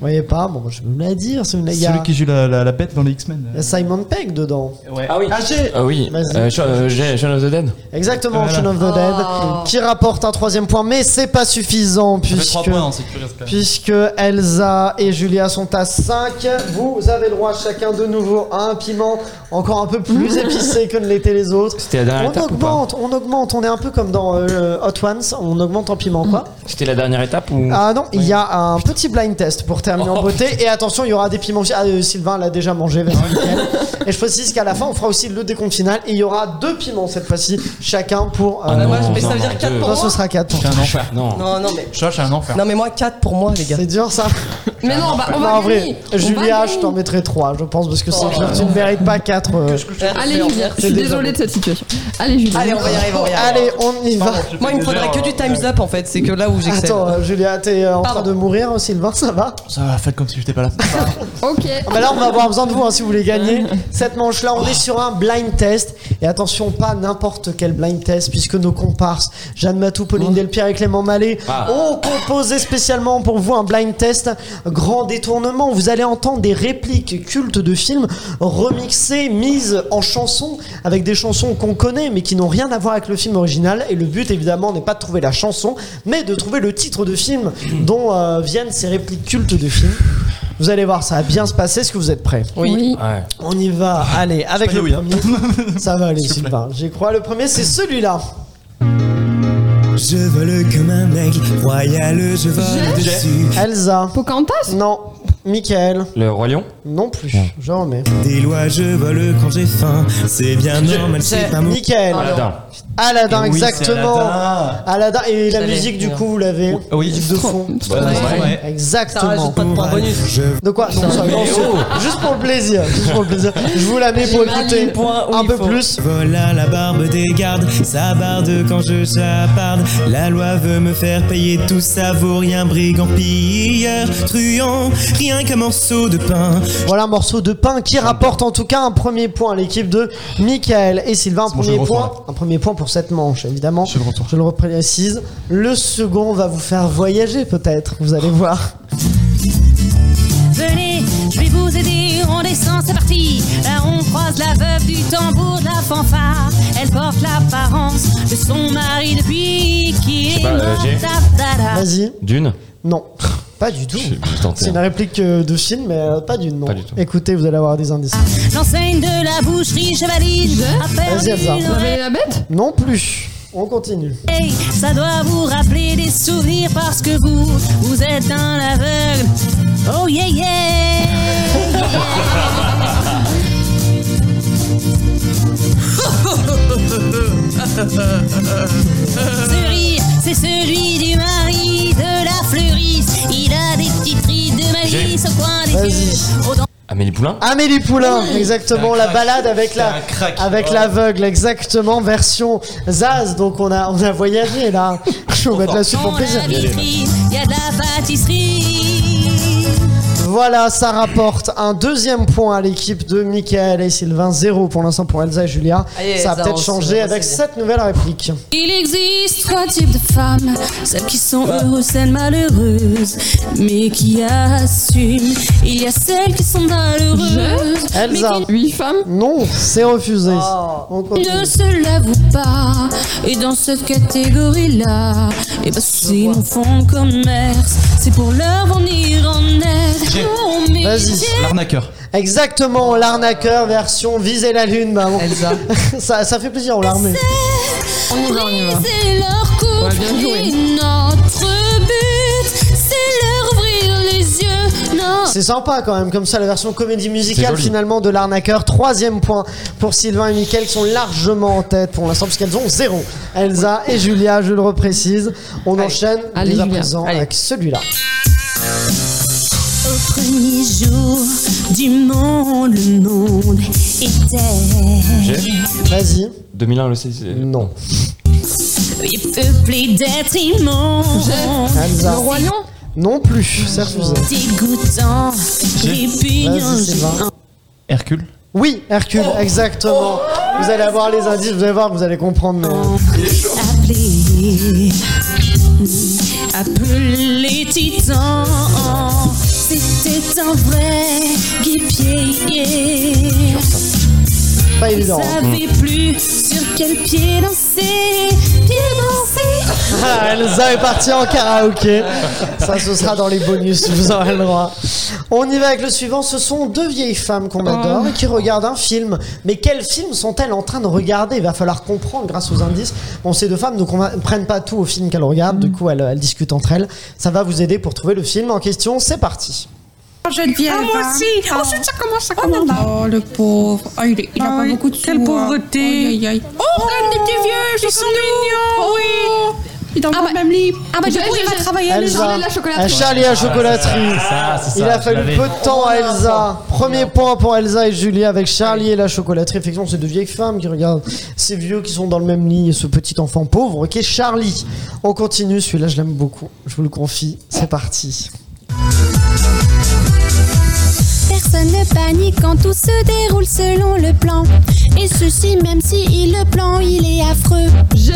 Speaker 8: Vous voyez pas Bon, je vais vous la dire. c'est une- Il y, a...
Speaker 5: Celui qui joue la, la, la bête dans les
Speaker 8: il y a
Speaker 5: X-Men.
Speaker 8: Simon Pegg dedans.
Speaker 5: Ouais.
Speaker 11: Ah oui.
Speaker 5: Ah, j'ai
Speaker 11: Ah oui,
Speaker 8: Vas-y.
Speaker 11: euh, Sh- euh, j'ai Shaun of the Dead.
Speaker 8: Exactement,
Speaker 5: Voilà.
Speaker 8: Shaun of the Dead,
Speaker 9: Oh.
Speaker 8: qui rapporte un troisième point, mais c'est pas suffisant
Speaker 5: Ça fait 3
Speaker 8: puisque,
Speaker 5: points, hein, c'est curieux quand même.
Speaker 8: puisque Elsa et Julia sont à 5. Vous avez le droit chacun de nouveau à un piment encore un peu plus épicé que ne l'étaient les autres.
Speaker 11: C'était la dernière
Speaker 8: On
Speaker 11: étape ou
Speaker 8: augmente, on augmente, on est un peu comme dans euh, Hot Ones, on augmente en piment quoi.
Speaker 11: pas C'était la dernière étape ou
Speaker 8: Ah non, il y a un petit blind test pour terminer en
Speaker 11: Oh,
Speaker 8: beauté. Et attention, il y aura des piments. Ah, euh, Sylvain l'a déjà mangé. vas-y,
Speaker 11: *laughs*
Speaker 8: nickel. et je précise qu'à la fin, on fera aussi le décompte final. Et il y aura deux piments cette fois-ci, chacun pour. euh,
Speaker 11: Ah,
Speaker 9: moi,
Speaker 11: non,
Speaker 9: mais ça
Speaker 11: non,
Speaker 9: veut
Speaker 11: non,
Speaker 9: dire 4
Speaker 11: deux.
Speaker 9: pour
Speaker 8: non,
Speaker 9: moi.
Speaker 8: ce sera 4
Speaker 5: Je suis un enfer.
Speaker 11: Non.
Speaker 9: Non, non, mais.
Speaker 5: Je suis un- je suis un enfer.
Speaker 9: Non, mais moi 4 pour moi les gars.
Speaker 8: C'est dur ça
Speaker 10: Mais non, on va, on
Speaker 8: Ah, Non,
Speaker 10: va
Speaker 8: en vrai,
Speaker 10: gagner. On va
Speaker 8: Julia, je
Speaker 10: gagner. Oh, bah,
Speaker 8: t'en mettrai 3, je pense, parce que c'est clair, tu ne mérites pas euh, 4.
Speaker 10: Allez, Julia, je suis
Speaker 8: C'est
Speaker 10: désolée de cette situation. Allez, Julia.
Speaker 9: Allez, on va y arriver, on va y arriver.
Speaker 10: hein.
Speaker 8: Allez, on y va.
Speaker 9: Moi, il me faudrait que du time's up en fait, c'est que là où j'excelle.
Speaker 8: Attends, euh, Julia, t'es euh, en train
Speaker 9: Pardon.
Speaker 8: de mourir, euh, Sylvain, ça va
Speaker 5: Ça va, faites comme si j'étais pas là.
Speaker 10: Ok.
Speaker 8: Ah bah là, on va avoir besoin de vous hein, si vous voulez gagner cette manche-là. On est sur un blind test. Et attention, pas n'importe quel blind test, puisque nos comparses, Jeanne Matou, Pauline Delpierre et Clément Mallet,
Speaker 11: Ah.
Speaker 8: ont composé spécialement pour vous un blind test. Grand détournement. Vous allez entendre des répliques cultes de films remixées, mises en chansons, avec des chansons qu'on connaît, mais qui n'ont rien à voir avec le film original. Et le but, évidemment, n'est pas de trouver la chanson, mais de trouver le titre de film dont euh, viennent ces répliques cultes de films. Vous allez voir, ça va bien se passer. Est-ce que vous êtes prêts
Speaker 9: Oui.
Speaker 11: Ouais.
Speaker 8: On y va. Allez, avec le
Speaker 5: oui, hein.
Speaker 8: premier. Ça va aller, Sylvain. J'y crois. Le premier, c'est celui-là.
Speaker 4: Je vole comme un aigle royal, je vole dessus
Speaker 8: Elsa.
Speaker 10: Pocahontas
Speaker 8: Non. Michael.
Speaker 11: Le Roi Lion
Speaker 8: Non plus. Je remets.
Speaker 4: des lois, je vole quand j'ai faim. C'est bien normal, c'est
Speaker 5: Ah
Speaker 4: pas mon
Speaker 8: Michael.
Speaker 11: Aladdin.
Speaker 8: Aladdin,
Speaker 5: Eh oui, c'est
Speaker 8: exactement.
Speaker 5: Aladdin.
Speaker 8: Aladdin. Et la
Speaker 9: J'allais
Speaker 8: musique, du
Speaker 9: dire.
Speaker 8: coup, vous l'avez.
Speaker 5: Ah Oui.
Speaker 8: Musique de fond.
Speaker 5: Ouais. Ouais.
Speaker 9: Ça rajoute
Speaker 8: Exactement.
Speaker 9: pas de points
Speaker 4: moral.
Speaker 9: bonus.
Speaker 4: Je
Speaker 8: De quoi Non, ça, non,
Speaker 5: oh.
Speaker 8: c'est- Juste pour le plaisir. Juste pour le plaisir. Je vous la mets pour
Speaker 9: J'ai mal mis
Speaker 8: écouter
Speaker 9: le point où
Speaker 8: un
Speaker 9: il
Speaker 8: peu
Speaker 9: faut.
Speaker 8: plus.
Speaker 4: vole à la barbe des gardes, ça barde quand je chaparde. La loi veut me faire payer tout ça, vaut rien, brigand, pilleur, truand, rien qu'un morceau de pain.
Speaker 8: Voilà un morceau de pain qui rapporte en tout cas un premier point à l'équipe de Michael et Sylvain. Un
Speaker 5: bon, je
Speaker 8: premier,
Speaker 5: le retourne.
Speaker 8: point, un premier point pour cette manche, évidemment.
Speaker 5: Je le retourne.
Speaker 8: Je le reprécise. Le second va vous faire voyager peut-être, vous allez voir.
Speaker 2: Venez, je vais vous aider, on
Speaker 6: on descend, c'est parti. Là, on croise la veuve du tambour de la fanfare. Elle porte l'apparence de son mari depuis qu'il
Speaker 11: sais
Speaker 6: est
Speaker 11: pas, euh,
Speaker 6: mort.
Speaker 11: j'ai-
Speaker 6: Da, da, da.
Speaker 8: Vas-y.
Speaker 11: D'une
Speaker 8: Non, pas du tout.
Speaker 11: Je vais tenter,
Speaker 8: C'est une
Speaker 11: hein.
Speaker 8: réplique euh, de film, mais euh, pas d'une, non.
Speaker 11: Pas du tout.
Speaker 8: Écoutez, vous allez avoir des indices.
Speaker 6: L'enseigne de la boucherie chevaline a
Speaker 8: Vas-y,
Speaker 6: perdu
Speaker 8: Elsa.
Speaker 10: Vous
Speaker 6: l'oreille.
Speaker 10: avez la bête
Speaker 8: Non plus. On continue.
Speaker 6: Hey, ça doit vous rappeler des souvenirs parce que vous, vous êtes un aveugle. Oh yeah yeah! Ce rire, c'est celui du mari de la fleuriste. Il a des petites rides de magie au coin des
Speaker 8: Vas-y.
Speaker 6: yeux. Au dent-
Speaker 11: Amélie Poulain
Speaker 8: Amélie Poulain, exactement,
Speaker 5: C'est un
Speaker 8: la
Speaker 5: crack.
Speaker 8: balade avec
Speaker 5: C'est
Speaker 8: la
Speaker 5: un crack.
Speaker 8: avec
Speaker 5: Oh.
Speaker 8: l'aveugle, exactement, version Zaz. Donc on a on a voyagé *laughs* là. Je vais vous mettre la suite
Speaker 6: Dans
Speaker 8: pour plaisir.
Speaker 6: la vitrine, il y a de la pâtisserie.
Speaker 8: Voilà, ça rapporte un deuxième point à l'équipe de Michael et Sylvain. Zéro pour l'instant pour Elsa et Julia.
Speaker 9: Allez, Ah,
Speaker 8: ça a
Speaker 9: Elsa,
Speaker 8: peut-être
Speaker 9: on se-
Speaker 8: changé
Speaker 9: on
Speaker 8: avec
Speaker 9: se dit.
Speaker 8: cette nouvelle réplique.
Speaker 6: Il existe trois types de femmes, celles qui sont heureuses, celles malheureuses, mais qui assument. Il y a celles qui sont malheureuses, mais
Speaker 8: Elsa.
Speaker 6: qui
Speaker 10: Huit femmes
Speaker 8: Non, c'est refusé.
Speaker 9: Oh.
Speaker 8: On continue.
Speaker 6: ne se l'avouent pas. Et dans cette catégorie-là, et ben c'est mon fonds de commerce, c'est pour leur venir en aide.
Speaker 5: Oh,
Speaker 6: Oh,
Speaker 5: J'ai-
Speaker 6: Mon
Speaker 8: Vas-y.
Speaker 6: métier.
Speaker 5: L'arnaqueur.
Speaker 8: Exactement, l'arnaqueur version viser la lune, maman.
Speaker 9: Elsa.
Speaker 8: *laughs* ça, ça fait plaisir, on l'a remet.
Speaker 10: On y va, on y va.
Speaker 6: C'est leur couple
Speaker 10: Ah. Ouais, bien joué.
Speaker 6: et notre but, c'est leur ouvrir les yeux. Non,
Speaker 8: C'est sympa quand même, comme ça la version comédie musicale
Speaker 11: C'est joli.
Speaker 8: finalement de l'arnaqueur. Troisième point pour Sylvain et Mickaël qui sont largement en tête pour l'instant puisqu'elles ont zéro. Elsa et Julia, je le reprécise. On enchaîne
Speaker 10: Allez,
Speaker 8: dès à
Speaker 10: Julia,
Speaker 8: présent
Speaker 10: allez.
Speaker 8: avec celui-là.
Speaker 6: Au premier jour du monde, le monde était Ah,
Speaker 11: J'ai
Speaker 8: Vas-y.
Speaker 11: 2001 le euh, CIC.
Speaker 8: Non.
Speaker 6: peuplé d'êtres immondes,
Speaker 8: Elsa.
Speaker 10: Le roi lion
Speaker 8: Non plus, c'est refusé.
Speaker 6: dégoûtants, répugnants.
Speaker 8: Vas-y, Sylvain.
Speaker 5: Hercule.
Speaker 8: Oui, Hercule,
Speaker 10: Oh.
Speaker 8: exactement. Vous allez avoir les indices, vous allez voir, vous allez comprendre.
Speaker 10: Oh.
Speaker 8: mais-
Speaker 6: Appelé, appelé titan, c'était un vrai guépier.
Speaker 8: Pas
Speaker 6: Je
Speaker 8: évident. hein.
Speaker 6: savais plus sur quel pied danser, pied danser.
Speaker 8: Ah, Elsa est partie en karaoké. Ça, ce sera dans les bonus, vous aurez le droit. On y va avec le suivant. Ce sont deux vieilles femmes qu'on adore et qui regardent un film. Mais quel film sont-elles en train de regarder Il va falloir comprendre grâce aux indices. Bon, ces deux femmes ne comprennent pas tout au film qu'elles regardent. Du coup, elles, elles discutent entre elles. Ça va vous aider pour trouver le film en question. C'est parti.
Speaker 7: Geneviève. Ah, moi aussi. Oh, je ça commence, ça commence. Oh, le pauvre. Ah, il, est- il a pas beaucoup de sous. Quelle pauvreté. Aïe, aïe, aïe. Oh, regarde les petits vieux, ils sont mignons. Oui. Ils dorment
Speaker 10: Ah
Speaker 7: dans
Speaker 10: bah-
Speaker 7: le même lit.
Speaker 10: Ah bah,
Speaker 7: Du
Speaker 10: je-
Speaker 7: coup,
Speaker 10: je-
Speaker 7: il va
Speaker 10: je-
Speaker 7: travailler.
Speaker 10: Elle-
Speaker 7: lui.
Speaker 10: journée
Speaker 8: Elsa,
Speaker 10: de la chocolaterie.
Speaker 8: à Charlie à chocolaterie.
Speaker 1: Ça, Ah, c'est ça.
Speaker 8: Il a
Speaker 1: je
Speaker 8: fallu
Speaker 1: l'avais.
Speaker 8: peu de temps à Elsa. Premier point pour Elsa et Julie avec Charlie et la chocolaterie. Effectivement, c'est deux vieilles femmes qui regardent ces vieux qui sont dans le même lit et ce petit enfant pauvre qui est Charlie. On continue, celui-là je l'aime beaucoup. Je vous le confie, c'est parti.
Speaker 6: Personne ne panique quand tout se déroule selon le plan. Et ceci, même si il- le plan il est affreux.
Speaker 10: J'ai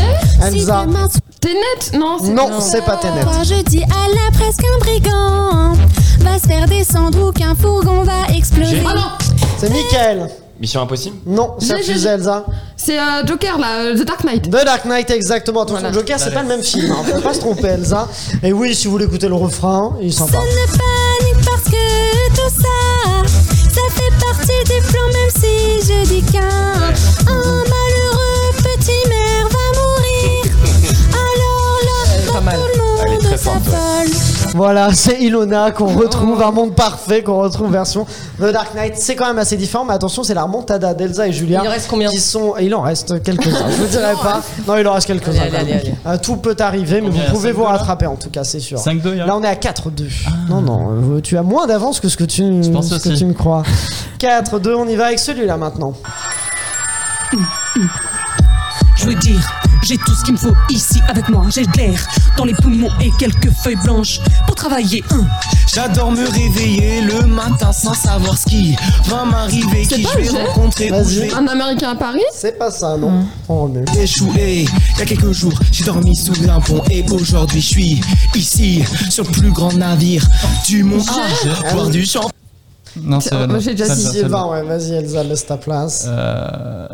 Speaker 6: Si
Speaker 8: Elsa.
Speaker 6: demain
Speaker 10: T'es nette Non, c'est
Speaker 8: Non, c'est pas Tenet.
Speaker 6: soir, je dis à la presse qu'un brigand va se faire descendre ou qu'un fourgon va exploser.
Speaker 11: J'ai- Ah
Speaker 8: C'est Michael.
Speaker 11: Mission Impossible
Speaker 8: Non,
Speaker 10: J'ai-
Speaker 8: c'est refusé
Speaker 10: j'ai-
Speaker 8: Elsa.
Speaker 10: C'est euh, Joker là, euh, The Dark Knight.
Speaker 8: The Dark Knight, exactement. Attention,
Speaker 10: Voilà.
Speaker 8: Joker, c'est pas le même film. hein. Faut pas se tromper, Elsa. Et oui, si vous voulez écouter le refrain, il est sympa.
Speaker 6: Personne ne panique parce que tout ça, ça fait partie du plan, même si je dis qu'un un malheureux petit maire va mourir.
Speaker 8: *laughs*
Speaker 6: Alors là,
Speaker 9: Pas mal.
Speaker 6: tout
Speaker 11: Elle
Speaker 6: le
Speaker 11: est très
Speaker 6: monde
Speaker 11: forte,
Speaker 6: s'appelle.
Speaker 8: Voilà, c'est Ilona
Speaker 9: Oh.
Speaker 8: qu'on retrouve, un monde parfait qu'on retrouve version The Dark Knight. C'est quand même assez différent, mais attention, c'est la remontada d'Elsa et Julien.
Speaker 9: Il en reste combien
Speaker 8: qui sont... Il en
Speaker 9: *laughs*
Speaker 8: reste quelques-uns, je vous dirai pas. Non, il en reste quelques-uns.
Speaker 9: Allez,
Speaker 8: quand
Speaker 9: allez,
Speaker 8: même.
Speaker 9: allez,
Speaker 8: Euh, tout peut arriver, mais
Speaker 5: Combien,
Speaker 8: vous pouvez
Speaker 5: cinq
Speaker 8: vous
Speaker 5: dollars
Speaker 8: rattraper en tout cas, c'est sûr.
Speaker 5: 5-2, y'a
Speaker 8: Là, on est à 4-2. Non, non, euh, tu as moins d'avance que ce que tu,
Speaker 5: pense
Speaker 8: ce que
Speaker 5: aussi.
Speaker 8: tu me crois. 4-2, on y va avec celui-là maintenant.
Speaker 7: Je veux dire, j'ai tout ce qu'il me faut ici avec moi. J'ai de l'air dans les poumons et quelques feuilles blanches pour travailler. Hein.
Speaker 4: J'adore me réveiller le matin sans savoir ce qui va m'arriver, qui
Speaker 10: pas
Speaker 4: je
Speaker 10: le
Speaker 4: vais
Speaker 10: jeu
Speaker 4: rencontrer, où je
Speaker 8: Vas-y.
Speaker 4: vais
Speaker 10: Un américain à Paris
Speaker 8: C'est pas ça, non
Speaker 9: Hein.
Speaker 8: Oh, On remet.
Speaker 4: échouer. Il y a quelques jours, j'ai dormi sous un pont et aujourd'hui, je suis ici sur le plus grand navire du monde. Ah, boire du champagne.
Speaker 5: Non, c'est
Speaker 10: Moi, j'ai déjà dit.
Speaker 5: Elsa,
Speaker 8: Sylvain,
Speaker 5: c'est bon.
Speaker 8: bah, ouais, vas-y Elsa, laisse ta place.
Speaker 5: Euh,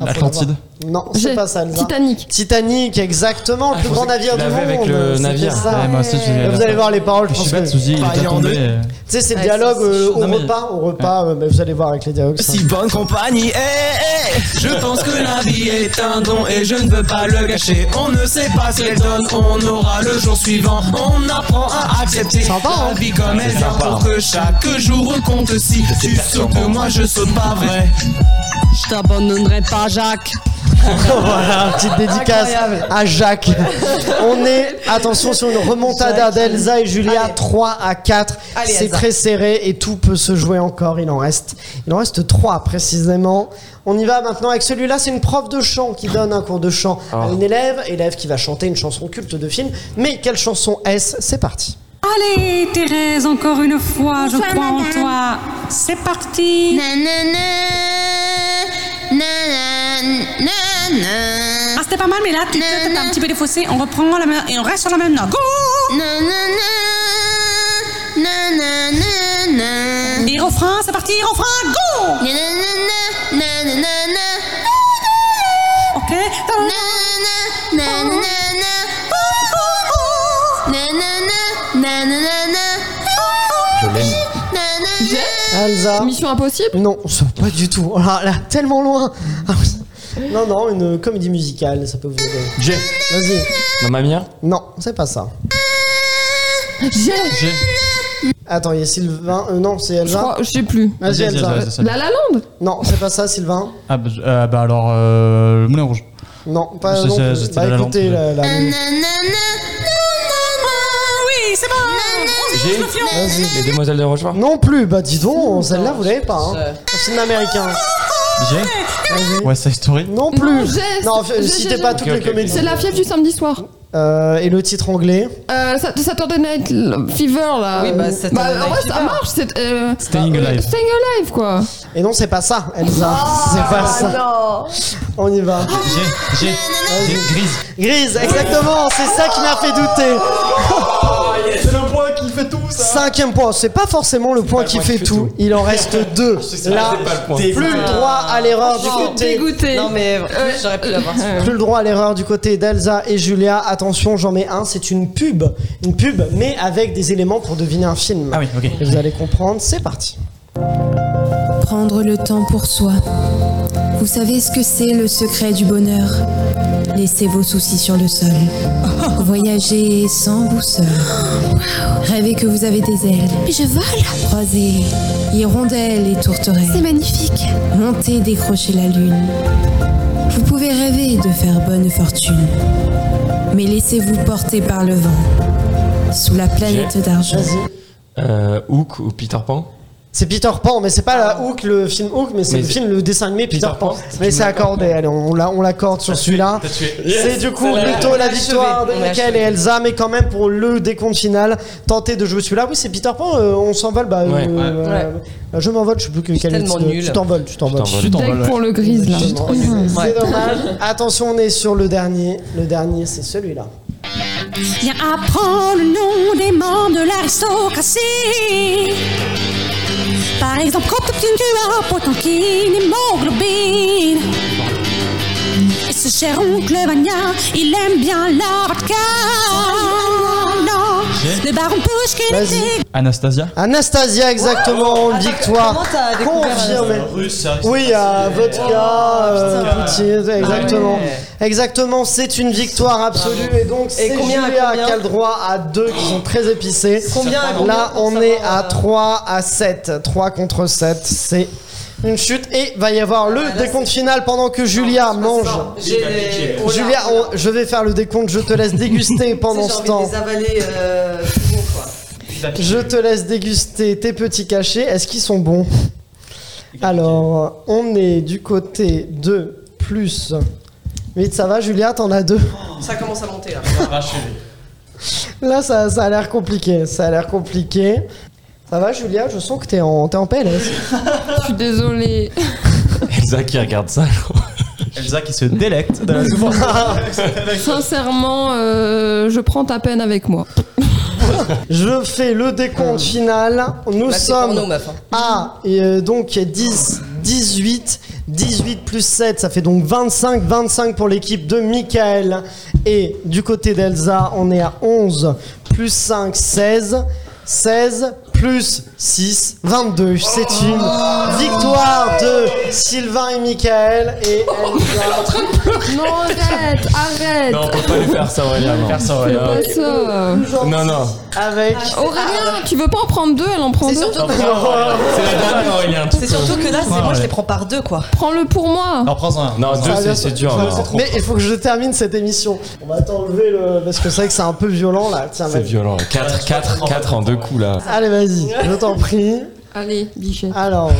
Speaker 8: Ah, faut
Speaker 5: L'Atlantide.
Speaker 8: l'avoir. Non, c'est
Speaker 10: J'ai-
Speaker 8: pas ça Elsa.
Speaker 10: Titanic.
Speaker 8: Titanic, exactement, le
Speaker 11: Ah,
Speaker 8: plus
Speaker 11: je
Speaker 8: grand
Speaker 11: pensais que
Speaker 8: navire
Speaker 11: tu
Speaker 8: du monde.
Speaker 11: l'avais avec le
Speaker 8: c'était
Speaker 11: navire.
Speaker 8: ça.
Speaker 5: Ouais, moi aussi, j'ai-
Speaker 8: Vous allez voir les paroles, je
Speaker 5: Je
Speaker 8: pense
Speaker 5: suis
Speaker 8: que...
Speaker 5: pas de soucis, il est
Speaker 8: Bah,
Speaker 5: pas
Speaker 8: y en a deux.
Speaker 5: tombé.
Speaker 8: Tu sais, c'est le
Speaker 10: Ouais,
Speaker 8: dialogue
Speaker 10: c'est-
Speaker 8: euh, au
Speaker 5: Non, mais-
Speaker 8: repas, au repas, euh, mais vous allez voir avec les dialogues. ça.
Speaker 4: Si bonne compagnie, hé hé, je pense que la vie est un don et je ne veux pas le gâcher. On ne sait pas ce qu'elle donne, on aura le jour suivant. On apprend à accepter
Speaker 8: Sympa, hein
Speaker 4: la vie comme elle
Speaker 11: C'est
Speaker 4: vient
Speaker 11: sympa,
Speaker 4: pour
Speaker 11: hein.
Speaker 4: que chaque jour compte. Si tu sautes,
Speaker 11: perturbant.
Speaker 4: moi je saute pas vrai.
Speaker 7: Je t'abandonnerai pas, Jacques.
Speaker 8: voilà, petite dédicace à Jacques. On est, attention, sur une remontada d'Elsa et Julia, 3 à 4.
Speaker 9: Allez,
Speaker 8: C'est
Speaker 9: Elsa.
Speaker 8: très serré et tout peut se jouer encore. Il en reste, il en reste 3 précisément. On y va maintenant avec celui-là. C'est une prof de chant qui donne un cours de chant à
Speaker 11: Ah.
Speaker 8: une élève, élève qui va chanter une chanson culte de film. Mais quelle chanson est-ce C'est parti.
Speaker 7: Allez, Thérèse, encore une fois, je
Speaker 2: Bonsoir,
Speaker 7: crois en
Speaker 2: madame.
Speaker 7: toi. C'est parti. Ah, c'était pas mal, mais là, tu
Speaker 6: Na,
Speaker 7: t'es
Speaker 6: na.
Speaker 7: un petit peu défaussé. On reprend la même, et on reste sur la même note. Go
Speaker 9: Mm.
Speaker 7: Et refrain, c'est parti, refrain, go Ok
Speaker 11: Je l'aime.
Speaker 8: Elsa.
Speaker 10: Mission impossible
Speaker 8: Non, ça- pas du tout. Ah là, tellement loin. *laughs* Ah, Non, non, une comédie musicale, ça peut vous aider.
Speaker 11: J'ai.
Speaker 8: Vas-y.
Speaker 11: Mamma mia.
Speaker 6: Oh,
Speaker 8: Non, c'est pas ça.
Speaker 10: J'ai.
Speaker 5: J'ai.
Speaker 8: Attends, il y a Sylvain. euh, non, c'est
Speaker 10: Je
Speaker 8: Elsa.
Speaker 10: crois, je sais plus.
Speaker 8: Vas-y,
Speaker 5: Vas-y,
Speaker 8: Elsa.
Speaker 5: Elsa, Elsa, Elsa.
Speaker 10: La La Land
Speaker 8: Non, c'est pas ça, Sylvain.
Speaker 5: Ah bah, je- euh, bah alors, euh, le Moulin Rouge.
Speaker 8: Non, pas
Speaker 5: C'est-
Speaker 8: non
Speaker 5: c'est-
Speaker 8: plus.
Speaker 5: c'était
Speaker 8: Bah
Speaker 5: la
Speaker 8: écoutez,
Speaker 5: lampe,
Speaker 8: la, la-
Speaker 7: Oui, c'est bon
Speaker 11: J'ai. Les demoiselles de Rochefort.
Speaker 8: Non plus, bah dis donc, celle-là vous l'avez pas. Hein.
Speaker 9: Euh,
Speaker 8: Un film américain.
Speaker 5: J'ai.
Speaker 8: Vas-y.
Speaker 5: West Side Story.
Speaker 8: Non plus.
Speaker 10: j'ai-
Speaker 8: Non,
Speaker 10: j'ai-
Speaker 8: citez
Speaker 10: j'ai-
Speaker 8: pas
Speaker 10: j'ai-
Speaker 8: toutes
Speaker 11: Ok,
Speaker 8: les
Speaker 11: ok,
Speaker 8: comédies.
Speaker 10: C'est la fièvre du samedi soir.
Speaker 8: Euh, et le titre anglais.
Speaker 10: Euh, Sa- Saturday Night Fever là.
Speaker 9: Oui, bah, Saturday Night
Speaker 10: en vrai, ça
Speaker 9: Fever.
Speaker 10: marche. C'est, euh,
Speaker 5: Staying
Speaker 8: Ah,
Speaker 10: euh,
Speaker 5: Alive.
Speaker 10: Staying Alive quoi.
Speaker 8: Et non, c'est pas ça, Elsa.
Speaker 10: Oh,
Speaker 8: c'est pas ça. On y va.
Speaker 5: J'ai. J'ai. J'ai. Grise.
Speaker 8: Grise, exactement, c'est ça qui m'a fait douter.
Speaker 5: C'est le point qui fait tout
Speaker 8: Cinquième point, c'est pas forcément le point
Speaker 11: le
Speaker 8: qui
Speaker 11: point
Speaker 8: fait
Speaker 11: qui fait
Speaker 8: tout.
Speaker 11: tout.
Speaker 8: Il en
Speaker 11: *laughs*
Speaker 8: reste deux. Là,
Speaker 11: c'est pas le point.
Speaker 8: plus le droit à l'erreur du
Speaker 9: Oh,
Speaker 8: côté.
Speaker 10: Dégoûté.
Speaker 9: Non, mais *laughs* j'aurais pu l'avoir.
Speaker 8: Plus le droit à l'erreur du côté d'Elsa et Julia. Attention, j'en mets un, c'est une pub. Une pub, mais avec des éléments pour deviner un film.
Speaker 5: Ah oui, ok.
Speaker 8: Et vous allez comprendre, c'est parti.
Speaker 6: Prendre le temps pour soi. Vous savez ce que c'est le secret du bonheur Laissez vos soucis sur le sol. Voyagez sans boussole. Rêvez que vous avez des ailes.
Speaker 2: Je vole
Speaker 6: Croisez hirondelles et tourterelles.
Speaker 2: magnifique
Speaker 6: Montez décrocher la lune. Vous pouvez rêver de faire bonne fortune. Mais laissez-vous porter par le vent. Sous la planète d'argent.
Speaker 8: Vas-y.
Speaker 11: Euh, Hook ou Peter Pan.
Speaker 8: C'est Peter Pan, mais c'est pas
Speaker 9: Ah.
Speaker 8: la Hook, le film Hook, mais c'est
Speaker 11: Mais
Speaker 8: le
Speaker 11: c'est-
Speaker 8: film, le dessin animé Peter,
Speaker 11: Peter
Speaker 8: Pan.
Speaker 11: Pan.
Speaker 8: Mais c'est accordé, allez, on, l'a- on l'accorde sur celui-là.
Speaker 11: T'as tué.
Speaker 8: C'est du coup plutôt la
Speaker 9: achevé,
Speaker 8: victoire de
Speaker 9: on l'a
Speaker 8: Michael et
Speaker 9: achevé.
Speaker 8: Elsa, mais quand même pour le décompte final, tenter de jouer celui-là. Oui, c'est Peter Pan, euh, on s'envole. Bah, euh,
Speaker 11: Ouais, ouais,
Speaker 8: euh, Je m'envole, je sais plus que quel est le
Speaker 9: tellement
Speaker 8: titre.
Speaker 9: nul.
Speaker 8: Tu t'envoles, tu t'envoles.
Speaker 11: t'envoles.
Speaker 5: Je t'en
Speaker 10: Deck pour le grise là.
Speaker 8: Exactement.
Speaker 9: Ouais.
Speaker 8: C'est dommage. Attention, on est sur le dernier. Le dernier, c'est celui-là.
Speaker 7: Viens apprendre le nom des membres de l'aristocratie. Par exemple, quand obtiendras Potemkin et Moglobine. Et ce cher oncle Vania, il aime bien la vodka. Le baron Pushkin
Speaker 8: Vas-y.
Speaker 7: était
Speaker 5: Anastasia.
Speaker 8: Anastasia, exactement,
Speaker 9: Attends,
Speaker 8: victoire.
Speaker 9: comment t'as découvert euh,
Speaker 8: Confirmée.
Speaker 5: Russe.
Speaker 8: Oui, à vodka, euh, poutine,
Speaker 9: Ah
Speaker 8: exactement. Exactement, c'est une victoire absolue. Et donc, c'est
Speaker 9: combien,
Speaker 8: Julia
Speaker 9: combien
Speaker 8: qui a le droit à deux qui sont très épicés.
Speaker 9: Combien, combien
Speaker 8: Là,
Speaker 9: pour
Speaker 8: on est
Speaker 9: savoir,
Speaker 8: à
Speaker 9: euh,
Speaker 8: 3 à 7. 3 contre 7, c'est une chute. Et va y avoir le
Speaker 9: Ah,
Speaker 8: décompte final pendant que Julia mange.
Speaker 9: J'ai oh là,
Speaker 8: Julia,
Speaker 9: oh là.
Speaker 8: on- je vais faire le décompte, je te
Speaker 9: *laughs*
Speaker 8: laisse déguster pendant
Speaker 9: Tu sais,
Speaker 8: ce
Speaker 9: j'ai envie
Speaker 8: temps.
Speaker 9: de les avaler, euh, tout bon, quoi.
Speaker 8: Je te laisse déguster tes petits cachets. Est-ce qu'ils sont bons Alors, on est du côté de plus. Vite, ça va, Julia, t'en as deux.
Speaker 9: Ça commence à monter là.
Speaker 8: Là, ça, ça a l'air compliqué. Ça a l'air compliqué. Ça va, Julia Je sens que t'es en, t'es en PLS.
Speaker 10: Je suis désolée.
Speaker 11: Elsa qui regarde ça. je crois.
Speaker 5: Elsa qui se délecte de la
Speaker 10: Sincèrement, euh, je prends ta peine avec moi.
Speaker 8: Je fais le décompte final. Nous
Speaker 9: Bah, Hum. c'est pour
Speaker 8: sommes
Speaker 9: nous, meuf, hein.
Speaker 8: à euh, donc 10, 18, 18 plus 7, ça fait donc 25, 25 pour l'équipe de Michael. Et du côté d'Elsa, on est à 11 plus 5, 16. 16 plus 6, 22. C'est une victoire de Sylvain et Michael. Et Elsa.
Speaker 10: Non, arrête, arrête.
Speaker 1: Non, on peut pas lui faire ça, Aurélien. non.
Speaker 11: Faire ça, Aurélien.
Speaker 10: Pas ça.
Speaker 11: Non, non.
Speaker 8: avec.
Speaker 11: Oh.
Speaker 10: Aurélien, tu veux pas en prendre deux Elle en prend
Speaker 9: C'est
Speaker 10: deux.
Speaker 9: surtout,
Speaker 11: C'est la dernière, Aurélien.
Speaker 9: c'est surtout que là, c'est moi, je les prends par deux, quoi.
Speaker 10: Prends-le pour moi.
Speaker 5: Non, prends un.
Speaker 11: Non, deux,
Speaker 8: Ah, bien
Speaker 11: c'est-
Speaker 8: sûr.
Speaker 11: c'est dur.
Speaker 8: Enfin,
Speaker 11: non.
Speaker 8: c'est- Mais il faut que je termine cette émission. On va t'enlever le. Parce que c'est vrai que c'est un peu violent là. Tiens,
Speaker 11: C'est
Speaker 8: vas-y.
Speaker 11: violent. 4, 4, 4 en deux coups, là.
Speaker 8: Allez, vas-y, je t'en prie.
Speaker 10: Allez, bichette.
Speaker 8: Alors,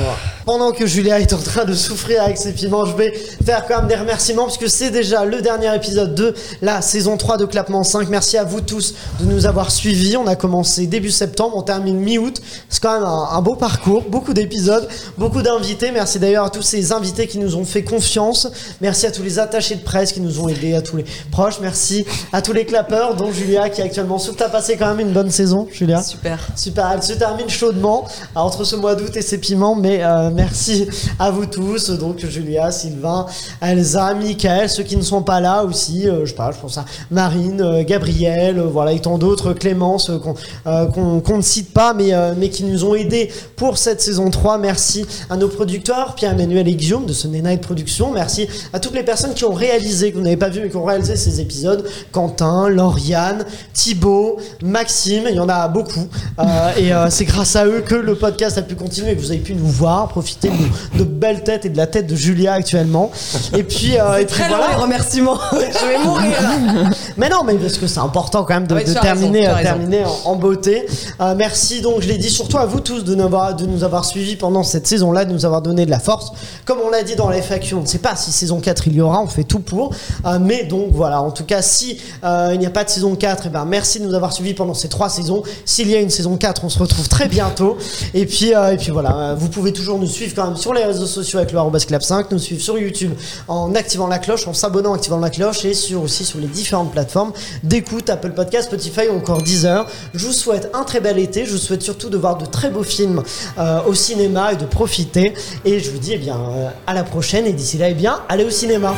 Speaker 8: pendant que Julia est en train de souffrir avec ses piments, je vais faire quand même des remerciements parce que c'est déjà le dernier épisode de la saison 3 de Clapement 5. Merci à vous tous de nous avoir suivis. On a commencé début septembre, on termine mi-août. C'est quand même un, un beau parcours, beaucoup d'épisodes, beaucoup d'invités. Merci d'ailleurs à tous ces invités qui nous ont fait confiance. Merci à tous les attachés de presse qui nous ont aidés, à tous les proches. Merci à tous les clapeurs, dont Julia qui est actuellement souffle. T'as passé quand même une bonne saison,
Speaker 9: Ah,
Speaker 8: Julia
Speaker 9: Super.
Speaker 8: Super, elle se termine chaudement euh, entre ce mois d'août et ses piments, mais euh, merci à vous tous, donc Julia, Sylvain, Elsa, Michael, ceux qui ne sont pas là aussi, euh, je sais pas, je pense à Marine, euh, Gabriel, euh, voilà, et tant d'autres, Clémence, euh, qu'on euh, qu'on- qu'on ne cite pas, mais, euh, mais qui nous ont aidés pour cette saison 3. Merci à nos producteurs, Pierre-Emmanuel et Guillaume de Sunday Night Productions, merci à toutes les personnes qui ont réalisé, que vous n'avez pas vu, mais qui ont réalisé ces épisodes, Quentin, Lauriane, Thibaut, Maxime, il y en a beaucoup. Euh, et euh, c'est grâce à eux que le podcast a pu continuer et que vous avez pu nous voir, profiter de, nos- de belles têtes et de la tête de Julia actuellement. Et puis, euh, et puis
Speaker 9: Très
Speaker 8: voilà.
Speaker 9: long les remerciements. *laughs* je vais mourir. là.
Speaker 8: Mais non, mais parce que c'est important quand même de,
Speaker 9: Ah Ouais,
Speaker 8: de
Speaker 9: tu as
Speaker 8: terminer,
Speaker 9: raison, tu as
Speaker 8: euh,
Speaker 9: raison.
Speaker 8: terminer en, en beauté. Euh, merci donc, je l'ai dit, surtout à vous tous de nous avoir, de nous avoir suivis pendant cette saison-là, de nous avoir donné de la force. Comme on l'a dit dans la FAQ, on ne sait pas si saison 4 il y aura, on fait tout pour. Euh, mais donc voilà, en tout cas, si euh, il n'y a pas de saison 4, et ben, merci de nous avoir suivis pendant ces trois saisons. S'il y a une saison 4, on se retrouve très bientôt. Et puis, euh, et puis voilà, euh, vous pouvez toujours nous suivre quand même sur les réseaux sociaux avec le arobase clap 5, nous suivre sur YouTube en activant la cloche, en s'abonnant, en activant la cloche et sur, aussi sur les différentes plateformes d'écoute, Apple Podcast, Spotify ou encore Deezer. Je vous souhaite un très bel été, je vous souhaite surtout de voir de très beaux films euh, au cinéma et de profiter. Et je vous dis eh bien, euh, à la prochaine et d'ici là, eh bien, allez au cinéma.